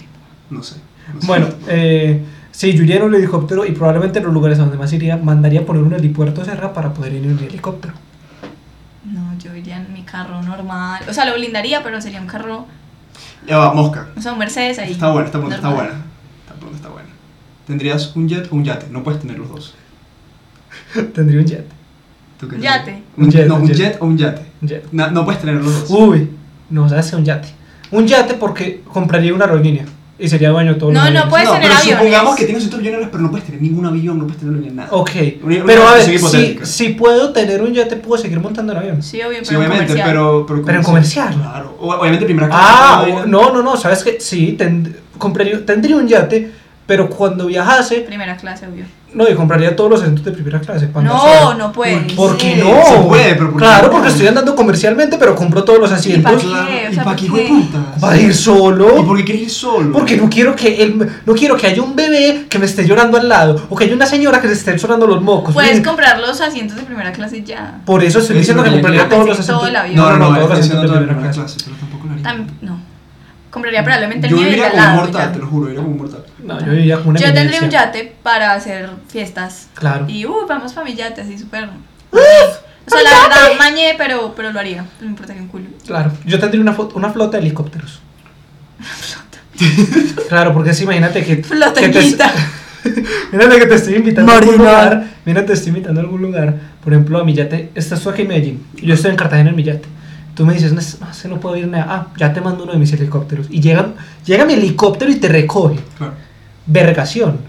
S2: No sé. no sé.
S3: Bueno, eh, sí, yo iría en un helicóptero y probablemente en los lugares a donde más iría, mandaría poner un helipuerto cerrado para poder ir en un helicóptero.
S1: No, yo iría en mi carro normal. O sea, lo blindaría, pero sería un carro,
S2: Ya va, mosca.
S1: o sea, un Mercedes ahí.
S2: Está buena, está buena, está
S1: normal.
S2: buena. Está buena, está buena. ¿Tendrías un jet o un yate? No puedes tener los dos.
S3: Tendría un jet.
S2: ¿Tú qué
S1: Un
S2: crees?
S1: yate.
S2: Un jet, no,
S3: Un
S2: un
S3: jet. Uh,
S2: jet o un yate.
S3: un jet.
S2: No, no puedes tener los dos.
S3: Uy, no, sabes que un yate. Un yate porque compraría una aerolínea y sería dueño de todo.
S1: No, no puedes
S2: no,
S1: tener
S2: pero
S1: aviones.
S2: supongamos que tienes otros aviones, pero no puedes tener ningún avión, no puedes tener ni nada.
S3: Ok,
S2: Una- una
S3: pero a ver,
S2: situación
S3: si,
S2: hipotética.
S3: si puedo tener un yate, puedo seguir montando en aviones.
S1: Sí, obvio, pero
S2: Sí,
S1: un
S2: obviamente,
S1: comercial.
S2: pero... Pero,
S3: Pero en comercial.
S2: Claro. O- obviamente primera
S3: Ah,
S2: clase,
S3: o- no, no, no, sabes que sí, ten- compraría, tendría un yate, pero cuando viajase,
S1: Primera clase, obvio.
S3: no, y compraría todos los asientos de primera clase. pa'
S1: No,
S3: andar
S1: no puedes.
S2: ¿Por
S3: ¿Por
S2: Sí,
S3: qué no?
S2: se puede, pero ¿por qué
S3: claro,
S2: no?
S3: porque estoy andando comercialmente, pero compro todos los
S1: ¿Y para
S3: asientos.
S1: qué?
S2: Claro.
S1: O
S2: ¿Y
S1: sea,
S2: para
S1: ¿por
S2: qué
S1: qué?
S2: de putas?
S3: ¿Para ir
S2: ¿Y
S3: solo?
S2: por qué quieres ir solo?
S3: Porque no quiero que él, no quiero que haya un bebé que me esté llorando al lado o que haya una señora que le esté sonando los mocos.
S1: Puedes
S3: Miren,
S1: comprar los asientos de primera clase y ya.
S3: Por eso estoy
S2: Es
S3: diciendo que
S2: una
S3: compraría
S1: mentira.
S3: todos los
S1: Todo
S3: asientos.
S1: el avión.
S2: No, no, no,
S3: todos los
S2: estoy
S3: asientos
S2: haciendo
S3: de
S2: todo de
S3: primera
S2: primera
S3: clase.
S2: clase, pero tampoco lo haría.
S1: Tam- no. Compraría probablemente el
S2: Yo
S1: mío y el de
S2: iría
S1: al
S2: como un
S1: lado.
S2: mortal, te
S1: ya.
S2: lo juro, iría como un mortal.
S3: No, yo iría como una
S1: Yo tendría un
S3: emergencia.
S1: yate para hacer fiestas.
S3: Claro. ¡Ah!
S1: Y uh, vamos para mi yate, así súper. O sea, la verdad, mañé, pero, pero lo haría. No me importa que un culo.
S3: Claro, yo tendría una, fo- una flota de helicópteros. claro, porque sí, imagínate que.
S1: Flotanguita.
S3: Imagínate que te estoy invitando a algún
S1: Marginal.
S3: lugar. Mira, te estoy invitando a algún lugar. Por ejemplo, a mi yate. Estás tú aquí en Medellín. Yo estoy en Cartagena en mi yate. Tú me dices, no, es- no, es que no puedo ir nada. Ah, ya te mando uno de mis helicópteros. Y llega, llega mi helicóptero y te recoge.
S2: Claro.
S3: Vergación.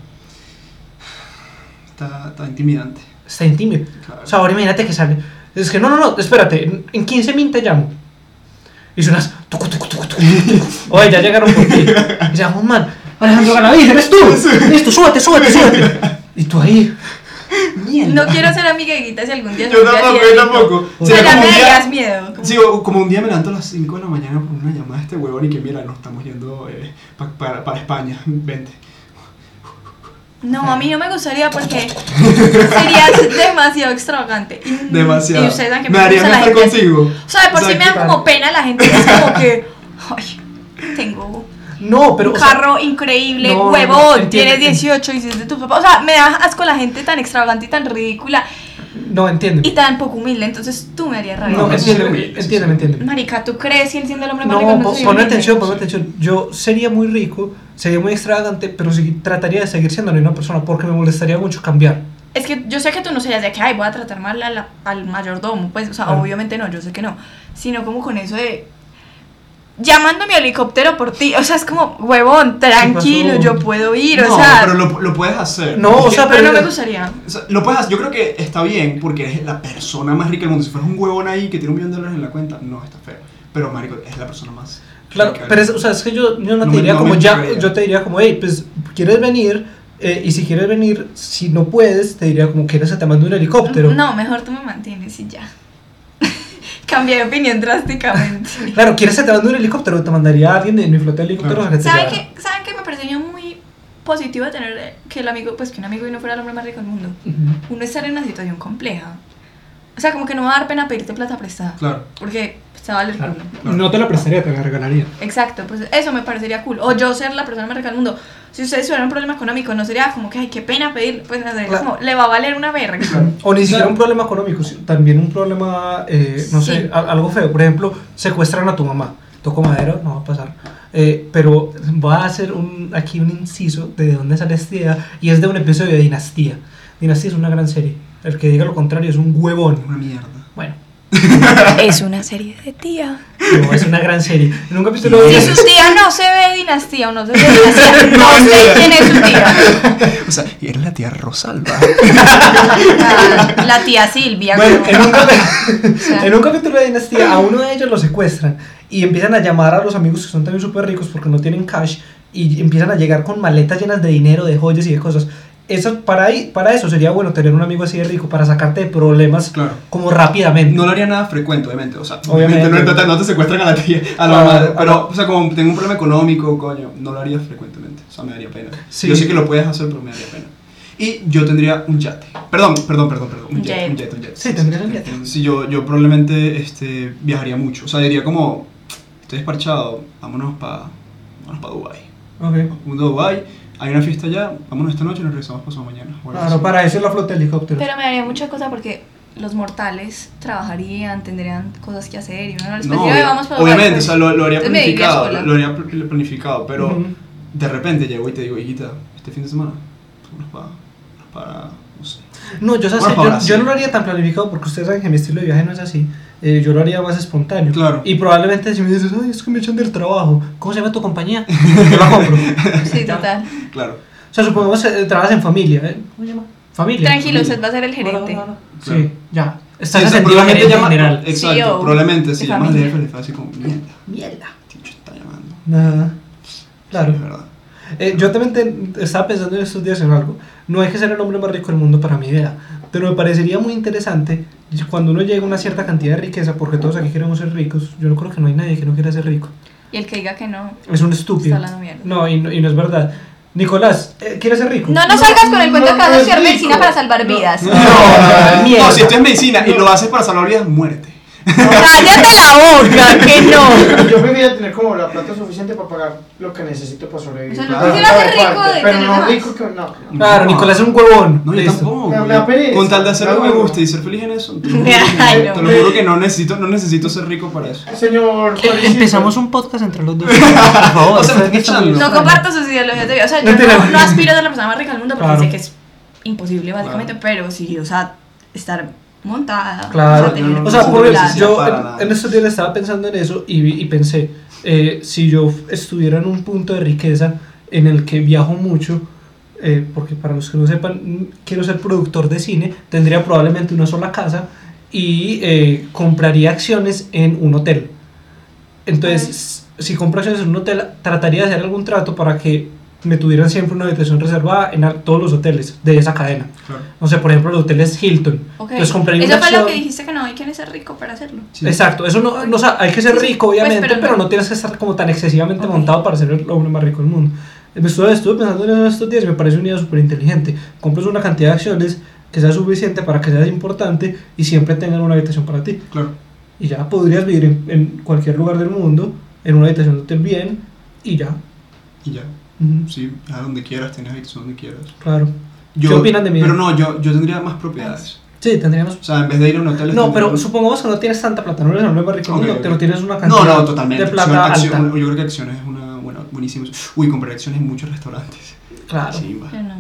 S2: Está, está intimidante.
S3: Está intimido.
S2: Claro.
S3: O sea, ahora imagínate que sale. Es que no, no, no, espérate. En, en 15 min te llamo. Y suenas. tucu, tucu, tucu, tucu, tucu. Oye, ya llegaron por ti. Y llama un man. Alejandro Ganaviz, eres tú. Listo, súbete, súbete, súbete. Y tú ahí.
S1: No quiero ser amiga de Guita si algún día.
S2: Yo tampoco, yo tampoco.
S3: O
S1: Pero
S3: sea,
S1: no
S2: como
S1: me
S2: un día-
S1: digas miedo.
S2: Sí, o- como un día me levanto a las 5 de la mañana por una llamada de este huevón y que mira, nos estamos yendo eh, pa- para, para España, vente.
S1: No, a mí no me gustaría porque serías demasiado extravagante. Y-
S2: Demasiado.
S1: Mm, Y ustedes saben que
S2: me
S1: me
S2: haría
S1: gusta la
S2: estar
S1: gente así.
S2: contigo.
S1: O sea, de por sí
S2: Exacto.
S1: me da como pena la gente que es como que. Ay, tengo
S3: No, pero.
S1: un
S3: o sea,
S1: carro increíble,
S3: no, no, no,
S1: huevón,
S3: entiende,
S1: tienes 18 y dices de tu papá. O sea, me da asco la gente tan extravagante y tan ridícula
S3: no, entiéndeme.
S1: y tan poco humilde. Entonces tú me harías rabia. Pues,
S3: No,
S2: No,
S3: entiéndeme,
S2: sí, sí, sí.
S3: entiéndeme, entiéndeme.
S1: Marica, ¿tú crees y él siendo el hombre más
S3: No,
S1: rico del
S3: po-
S1: mundo soy
S3: ponme
S1: humilde?
S3: atención, ponme atención. Yo sería muy rico, sería muy extravagante, pero sí- trataría de seguir siendo la misma persona porque me molestaría mucho cambiar.
S1: Es que yo sé que tú no serías de que, ay, voy a tratar mal a la- al mayordomo. Pues, o sea,
S3: Claro.
S1: obviamente no, yo sé que no. Sino como con eso de. Llamando a mi helicóptero por ti. O sea, es como, huevón, tranquilo,
S3: pasó?
S1: yo puedo ir.
S2: no,
S1: o sea,
S2: pero lo, lo puedes hacer.
S3: No,
S2: Es
S3: o
S2: que-
S3: sea,
S1: pero no
S3: pero-
S1: me gustaría.
S2: o sea, lo puedes hacer. Yo creo que está bien porque eres la persona más rica del mundo. Si fueras un huevón ahí que tiene un millón de dólares en la cuenta, no, está feo. Pero, marico, es la persona más...
S3: Claro,
S2: rica del
S3: pero es, o sea, es que yo, yo no
S2: No
S3: te
S2: me-
S3: diría
S2: no me
S3: como ya,
S2: entraría.
S3: yo te diría como, hey, pues quieres venir, Eh, y si quieres venir, si no puedes, te diría como quieres, te mando un helicóptero.
S1: No, mejor tú me mantienes y ya. Cambié de opinión drásticamente.
S3: Claro, quieres, te mando un helicóptero, te mandaría a alguien de mi flota de helicópteros
S2: Claro.
S3: a que te
S1: ¿Saben
S3: llevara.
S1: qué, ¿Saben qué me pareció muy positivo de tener eh, que el amigo, pues que un amigo y no fuera el hombre más rico del mundo?
S3: Ujú.
S1: Uno estar en una situación compleja. O sea, como que no va a dar pena pedirte plata prestada.
S2: Claro.
S1: Porque pues, se vale el culo.
S2: Claro.
S3: No te la prestaría, te la regalaría.
S1: Exacto, pues eso me parecería cool. O yo ser la persona más rica del mundo. Si ustedes tuvieran un problema económico, no sería como que, ay, qué pena pedir. Pues no sé,
S3: Claro.
S1: como, le va a valer una verga.
S3: O ni siquiera
S2: Claro.
S3: un problema económico, si- también un problema, eh, no
S1: Sí.
S3: sé, a- algo feo. Por ejemplo, secuestran a tu mamá. Toco madera, no va a pasar. Eh, pero va a hacer un, aquí un inciso de dónde sale esta idea y es de un episodio de Dinastía. Dinastía es una gran serie. El que diga lo contrario es un huevón.
S2: Una mierda.
S3: Bueno,
S1: Es una serie de tía.
S3: no, es una gran serie. En un capítulo
S1: Si
S3: de...
S1: su tía no se ve dinastía o no se ve dinastía, no sé quién es su tía.
S2: O sea, y eres la tía Rosalba.
S1: La, Ah, la tía Silvia.
S3: Bueno,
S1: como-
S3: en un,
S1: o sea,
S3: capi- en un capítulo de Dinastía a uno de ellos lo secuestran y empiezan a llamar a los amigos que son también súper ricos porque no tienen cash y empiezan a llegar con maletas llenas de dinero, de joyas y de cosas. eso, para, ahí- para eso sería bueno tener un amigo así de rico, para sacarte de problemas
S2: Claro.
S3: como rápidamente.
S2: No lo haría nada frecuente, obviamente. O sea,
S3: Obviamente.
S2: obviamente, no, te, no te secuestran a la tía, a la
S3: Ah,
S2: madre.
S3: ah,
S2: Pero, o sea, como tengo un problema económico, coño, no lo haría frecuentemente. O sea, me daría pena.
S3: Sí.
S2: Yo sé que lo puedes hacer, pero me daría pena. Y yo tendría un yate. Perdón, perdón, perdón, perdón. Un
S1: Un
S2: yate, un
S1: yate.
S2: yate, un yate.
S3: Sí, tendrías un yate.
S2: Sí, yo, yo probablemente este, viajaría mucho. O sea, diría como, estoy desparchado, vámonos para vámonos pa Dubái.
S3: Ok.
S2: Mundo Dubái, hay una fiesta allá, vámonos esta noche y nos regresamos pasado mañana. o algo
S3: Claro,
S2: así.
S3: para eso es la flota de helicópteros.
S1: Pero me daría mucha cosa porque los mortales trabajarían, tendrían cosas que hacer y uno no les
S2: No,
S1: pediría,
S2: obvia-
S1: vamos para
S2: obviamente,
S1: Dubái,
S2: o sea, lo, lo haría
S1: Entonces me iría
S2: planificado,
S1: sola.
S2: lo haría pl- planificado, pero
S3: Ujú.
S2: de repente llego y te digo, hijita, este fin de semana, vámonos para, para, no sé.
S3: No, yo, sabes
S2: Por
S3: que yo,
S2: favor,
S3: yo
S2: sí.
S3: no lo haría tan planificado porque ustedes saben que mi estilo de viaje no es así. Eh, yo lo haría más espontáneo.
S2: Claro.
S3: Y probablemente si me dices, ay, es que me echan del trabajo, ¿cómo se llama tu compañía? Yo la compro. O
S1: Sí, total.
S2: Claro,
S3: sea, supongamos que trabajas en familia. ¿eh? ¿Cómo se llama? Familia.
S1: Tranquilo, usted va a ser el
S3: Hola,
S1: gerente.
S3: hola, hola.
S2: Claro.
S3: Sí, ya. Estás
S2: Sí, o sea,
S3: ascendido a gerente
S2: llama-
S3: general.
S2: Exacto,
S1: CEO,
S2: probablemente si
S1: de
S2: llamas al
S1: familia.
S2: jefe le fue así como, mierda,
S3: Mierda.
S2: este bicho está llamando.
S3: Nada. Claro.
S2: Es verdad.
S3: Eh, yo también te- estaba pensando en estos días en algo. No hay que ser el hombre más rico del mundo para mi idea, pero me parecería muy interesante cuando uno llega a una cierta cantidad de riqueza, porque todos aquí queremos ser ricos. Yo no creo que no hay nadie que no quiera ser rico.
S1: Y el que diga que no.
S3: Es un estúpido.
S1: Está hablando mierda.
S3: No, y no, y no es verdad. Nicolás, eh, ¿quieres ser rico?
S1: No, no salgas con el cuento
S4: no,
S1: que vas a
S4: no es
S1: estudiar
S4: rico.
S1: medicina para salvar vidas.
S2: No,
S3: no, mierda.
S2: no, si estudias medicina y lo haces para salvar vidas, muérete.
S1: Cállate la boca, que no.
S4: Yo preferiría tener como la plata suficiente para pagar lo que necesito para sobrevivir.
S1: O sea,
S2: no
S4: Claro,
S2: quisiera
S1: ser
S4: de
S1: rico
S4: parte,
S1: de
S4: Pero
S1: tener
S4: no
S1: más.
S4: rico que no. no.
S3: Claro,
S2: No.
S3: Nicolás es un huevón.
S2: No, yo
S3: Listo.
S2: tampoco.
S4: Me- me
S2: güey.
S4: da pereza.
S2: Con tal de hacer lo que
S4: Claro.
S2: me gusta y ser feliz en eso, te lo juro que,
S1: Ay,
S2: te
S1: no.
S2: lo juro que no, necesito, no necesito ser rico para eso.
S4: Señor.
S3: Eh,
S4: Floricienta.
S3: Empezamos un podcast entre los dos. Por favor,
S2: O sea, me
S3: Oh, ¿sabes
S2: estoy
S3: qué estamos
S2: echando.
S1: No
S3: buscando?
S1: comparto sus ideologías de vida. O sea, yo
S3: Mentira.
S1: no, no aspiro a ser la persona más rica del mundo porque
S3: Claro.
S1: sé que es imposible, básicamente. Pero sí, o sea, estar montada.
S3: Claro,
S1: O sea, tener
S3: o sea,
S2: no,
S3: por
S2: no,
S1: plata.
S2: no,
S3: yo
S2: para
S3: en-
S2: nada.
S3: en, estos días estaba pensando en eso y, vi- y pensé, eh, si yo f- estuviera en un punto de riqueza en el que viajo mucho, eh, porque para los que no sepan, mm, quiero ser productor de cine, tendría probablemente una sola casa y eh, compraría acciones en un hotel. Entonces,
S1: Ah.
S3: s- si compro acciones en un hotel, trataría de hacer algún trato para que me tuvieran siempre una habitación reservada en a- todos los hoteles de esa cadena.
S2: Claro.
S3: No sé, por ejemplo, el hotel es Hilton.
S1: Ok.
S3: Entonces compraría
S1: Eso
S3: una
S1: fue lo
S3: acción-
S1: que dijiste que no hay que ser rico para hacerlo.
S2: Sí.
S3: Exacto, eso no, no o sea, hay que ser
S1: Sí, sí,
S3: rico,
S1: pues,
S3: obviamente, pero,
S1: pero
S3: no.
S1: no-
S3: tienes que estar como tan excesivamente
S1: Ok.
S3: montado para ser el hombre más rico del mundo. Me estuve, estuve pensando en eso estos días y me parece una idea súper inteligente. Compras una cantidad de acciones que sea suficiente para que seas importante y siempre tengan una habitación para ti.
S2: Claro.
S3: Y ya podrías vivir en, en cualquier lugar del mundo, en una habitación de hotel bien, y ya.
S2: Y ya.
S3: Ujú,
S2: Sí, a donde quieras, tienes habitación donde quieras.
S3: Claro. ¿Qué opinan de mí?
S2: Pero no, yo, yo tendría más propiedades.
S3: Sí, tendríamos...
S2: O sea, en vez de ir a un hotel.
S3: No,
S2: tendría-
S3: pero supongamos que no tienes tanta plata, no eres el hombre más rico del
S2: Ok,
S3: mundo,
S2: ok.
S3: pero tienes una cantidad
S2: No, no, totalmente.
S3: de
S2: Acción-
S3: plata
S2: acción-
S3: alta.
S2: yo creo que acciones es una. Bueno, buenísimo. Uy, compré acciones en muchos restaurantes.
S3: Claro.
S2: Sí, va.
S1: Yo no.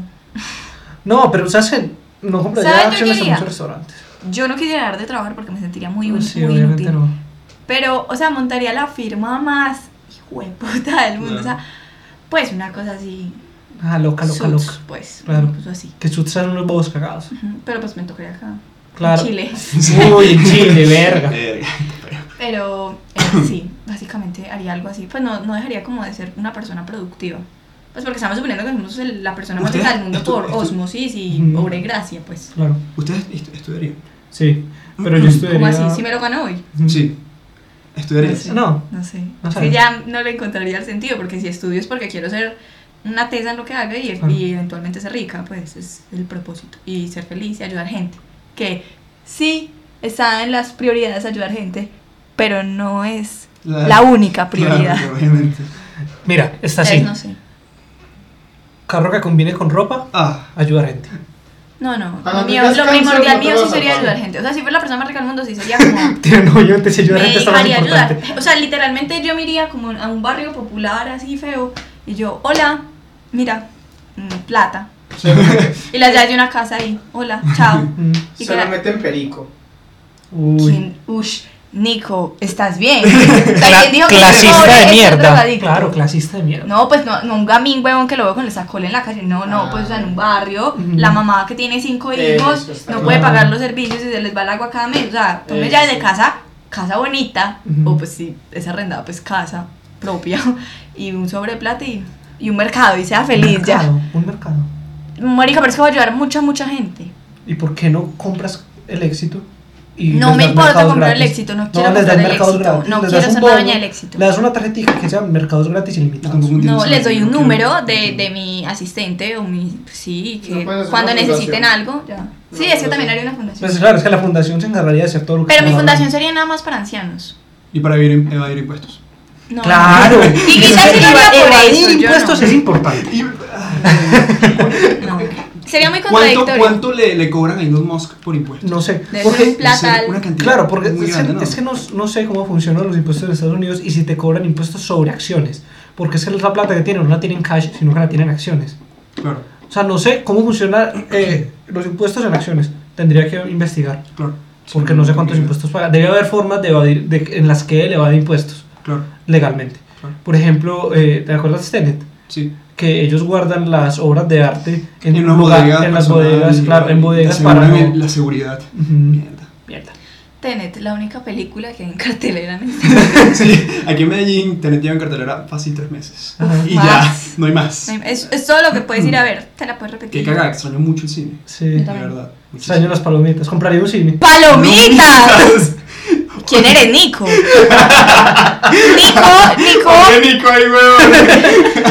S3: No, pero sabes que no compraría
S1: ¿Sabes qué
S3: acciones en
S1: quería?
S3: muchos restaurantes. Ah,
S1: Yo no quisiera dejar de trabajar porque me sentiría muy, muy
S3: Sí,
S1: inútil.
S3: obviamente no.
S1: Pero, o sea, montaría la firma más hijueputa del mundo. O
S2: Claro.
S1: sea, pues una cosa así.
S3: Ah, loca, loca,
S1: suits,
S3: loca.
S1: Pues,
S3: Claro.
S1: pues así.
S3: Que Suits sean unos bobos cagados.
S1: Ujú, Pero pues me tocaría acá. en
S3: Claro.
S1: Chile.
S3: Uy, en Chile, verga.
S2: Verga.
S1: Pero eh, sí, básicamente haría algo así. Pues no, no dejaría como de ser una persona productiva. Pues porque estamos suponiendo que somos el- la persona más
S2: Ustedes
S1: rica del mundo
S2: estu-
S1: por
S2: estu-
S1: osmosis y
S3: Ujú.
S1: obra y gracia, pues.
S3: Claro,
S2: ¿Ustedes est- estudiarían?
S3: sí. Pero yo estudiaría...
S1: ¿Cómo así? Si me lo gano hoy.
S3: Ujú.
S2: Sí. ¿Estudiarían?
S1: Sí.
S3: No.
S1: No sé.
S3: No
S1: Es
S3: sé.
S1: que ya no le encontraría el sentido, porque si estudio es porque quiero ser una tesa en lo que haga y,
S3: Claro.
S1: y eventualmente ser rica, pues es el propósito. Y ser feliz y ayudar gente. Que sí está en las prioridades ayudar gente, pero no es la única prioridad.
S2: Claro, obviamente.
S3: Mira, está
S1: Entonces,
S3: así.
S1: no sé.
S3: Carro que combine con ropa,
S2: Ah,
S3: ayuda a gente.
S1: No, no.
S4: Cuando
S1: Lo, mío-
S4: tengas
S1: lo
S4: cáncer,
S1: primordial
S4: no te
S1: mío
S4: vas
S1: sí
S4: a
S1: sería
S4: salvar.
S1: ayudar gente. O sea, si fuera la persona más rica del mundo, sí sería como.
S3: Tío, no, obviamente si ayuda a
S1: me
S3: gente está más
S1: dejaría ayudar.
S3: importante.
S1: O sea, literalmente yo me iría como a un barrio popular así feo y yo, hola, mira, mm, plata. y las llaves de una casa ahí, hola, chao.
S3: Mm.
S1: Y
S4: Se lo
S1: que-
S4: meten perico.
S3: Uy.
S1: ¿Quién? Ush, Nico, ¿estás bien? O sea, ¿quién dijo que
S3: clasista
S1: ese pobre
S3: de
S1: es
S3: mierda.
S1: drogadicto?
S3: Claro, clasista de mierda.
S1: No, pues no, no un gamín, huevón, que lo veo con el sacol en la calle. No, no, pues o sea, en un barrio,
S3: Ujú.
S1: la mamá que tiene cinco
S4: Eh, Eso
S1: hijos
S4: está
S1: no
S4: bien.
S1: puede pagar los servicios y se les va el agua cada mes. O sea, ponme ya de
S4: Eso.
S1: casa, casa bonita,
S3: Ujú.
S1: o pues si es arrendada, pues casa propia, y un sobre de plata y, y un mercado, y sea
S3: Un
S1: feliz ya.
S3: mercado, Un mercado.
S1: Marica, pero es que va a ayudar mucha, mucha gente.
S3: ¿Y por qué no compras el éxito? y
S1: No
S3: les
S1: me
S3: das
S1: importa
S3: mercados
S1: comprar el
S3: gratis?
S1: éxito, no quiero
S3: les das
S1: comprar el
S3: mercados
S1: éxito, no quiero
S3: les das un
S1: ser la dueña
S3: bono,
S1: del éxito.
S3: Le das una tarjetita que sea mercados gratis ilimitados.
S2: Tampoco
S1: No,
S2: tienes
S1: les doy un
S2: que-
S1: número de, de mi asistente o mi. Sí, que
S4: No puedes hacer
S1: cuando
S4: una
S1: necesiten
S4: fundación.
S1: algo, ya.
S4: Una
S1: Sí, es que
S4: fundación.
S1: también haría una fundación.
S3: Pues claro, es que la fundación se encargaría de hacer todo lo que
S1: Pero mi
S3: estamos
S1: fundación
S3: hablando.
S1: sería nada más para ancianos.
S2: Y para evadir, evadir impuestos.
S1: No.
S3: Claro.
S1: Y quizás
S3: Entonces,
S1: sí lo haría por
S3: evadir
S1: eso, yo
S3: impuestos
S1: no.
S3: es importante.
S2: Y-
S1: No. Sería muy
S2: ¿Cuánto,
S1: contradictorio.
S2: cuánto le, le cobran a Elon Musk por impuestos?
S3: No sé.
S1: Debe ser un
S3: Porque,
S1: plan. Plata al-
S2: Una cantidad
S3: claro, porque
S2: muy
S3: es,
S2: grande,
S3: que- es que no, no sé cómo funcionan los impuestos en Estados Unidos y si te cobran impuestos sobre acciones. Porque es que la plata que tienen no la tienen cash, sino que la tienen acciones.
S2: Claro,
S3: O sea, no sé cómo funcionan eh, los impuestos en acciones. Tendría que investigar.
S2: claro.
S3: Porque
S2: Sí,
S3: no sé cuántos
S2: claro,
S3: impuestos paga. Debe haber formas de evadir, de- en las que él evade impuestos
S2: Claro,
S3: legalmente.
S2: Claro.
S3: Por ejemplo, eh, ¿te acuerdas de Tenet?
S2: sí.
S3: Que ellos guardan las obras de arte en,
S2: En
S3: un
S2: una
S3: lugar-
S2: bodega.
S3: en las
S2: personal,
S3: bodegas, claro, en bodegas
S2: aseguran
S3: para no... Mm.
S2: el- La seguridad.
S3: Ujú.
S2: Mierda.
S3: Mierda.
S1: Tenet, la única película que hay en este cartelera. ¿no?
S2: Sí, aquí en Medellín Tenet lleva en cartelera fácil tres meses.
S3: Ajá.
S2: Y
S1: Más.
S2: ya, no hay más.
S1: Es, es todo lo que puedes ir a ver. Te la puedes
S2: Qué
S1: repetir.
S2: cagada, extraño mucho el cine.
S3: Sí.
S2: De
S1: También.
S2: verdad. muchísimo.
S3: Extraño las palomitas. Compraría un cine.
S1: ¡Palomitas! ¿Quién eres, Nico? Nico, Nico,
S2: ¡Qué rico ahí, weón!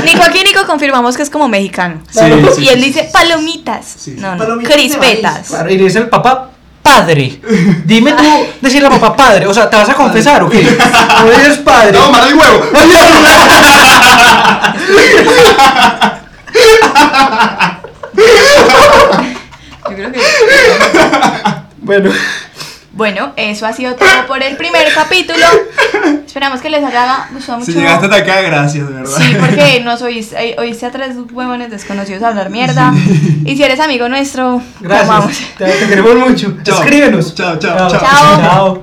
S1: Nico, aquí Nico confirmamos que es como mexicano.
S2: Sí, sí,
S1: y él
S2: sí,
S1: dice
S2: sí, sí.
S1: palomitas.
S2: Sí, sí.
S1: No, no,
S2: Palomitas de
S1: crispetas.
S3: Claro, y le dice el papá, padre. Dime tú, decirle al papá, padre. O sea, ¿te vas a confesar o qué? No eres padre.
S2: ¡No, mala el huevo!
S1: Yo creo que.
S3: Bueno,
S1: Bueno, eso ha sido todo por el primer capítulo. Esperamos que les haya gustado mucho.
S2: Si llegaste hasta acá, gracias, de verdad.
S1: Sí, porque nos oís- eh, oíste, a tres huevones desconocidos hablar mierda. Y si eres amigo nuestro, te amamos.
S3: gracias. Te, te queremos mucho.
S2: Chao.
S3: Escríbenos.
S2: Chao, chao, chao.
S1: Chao.
S3: Chao.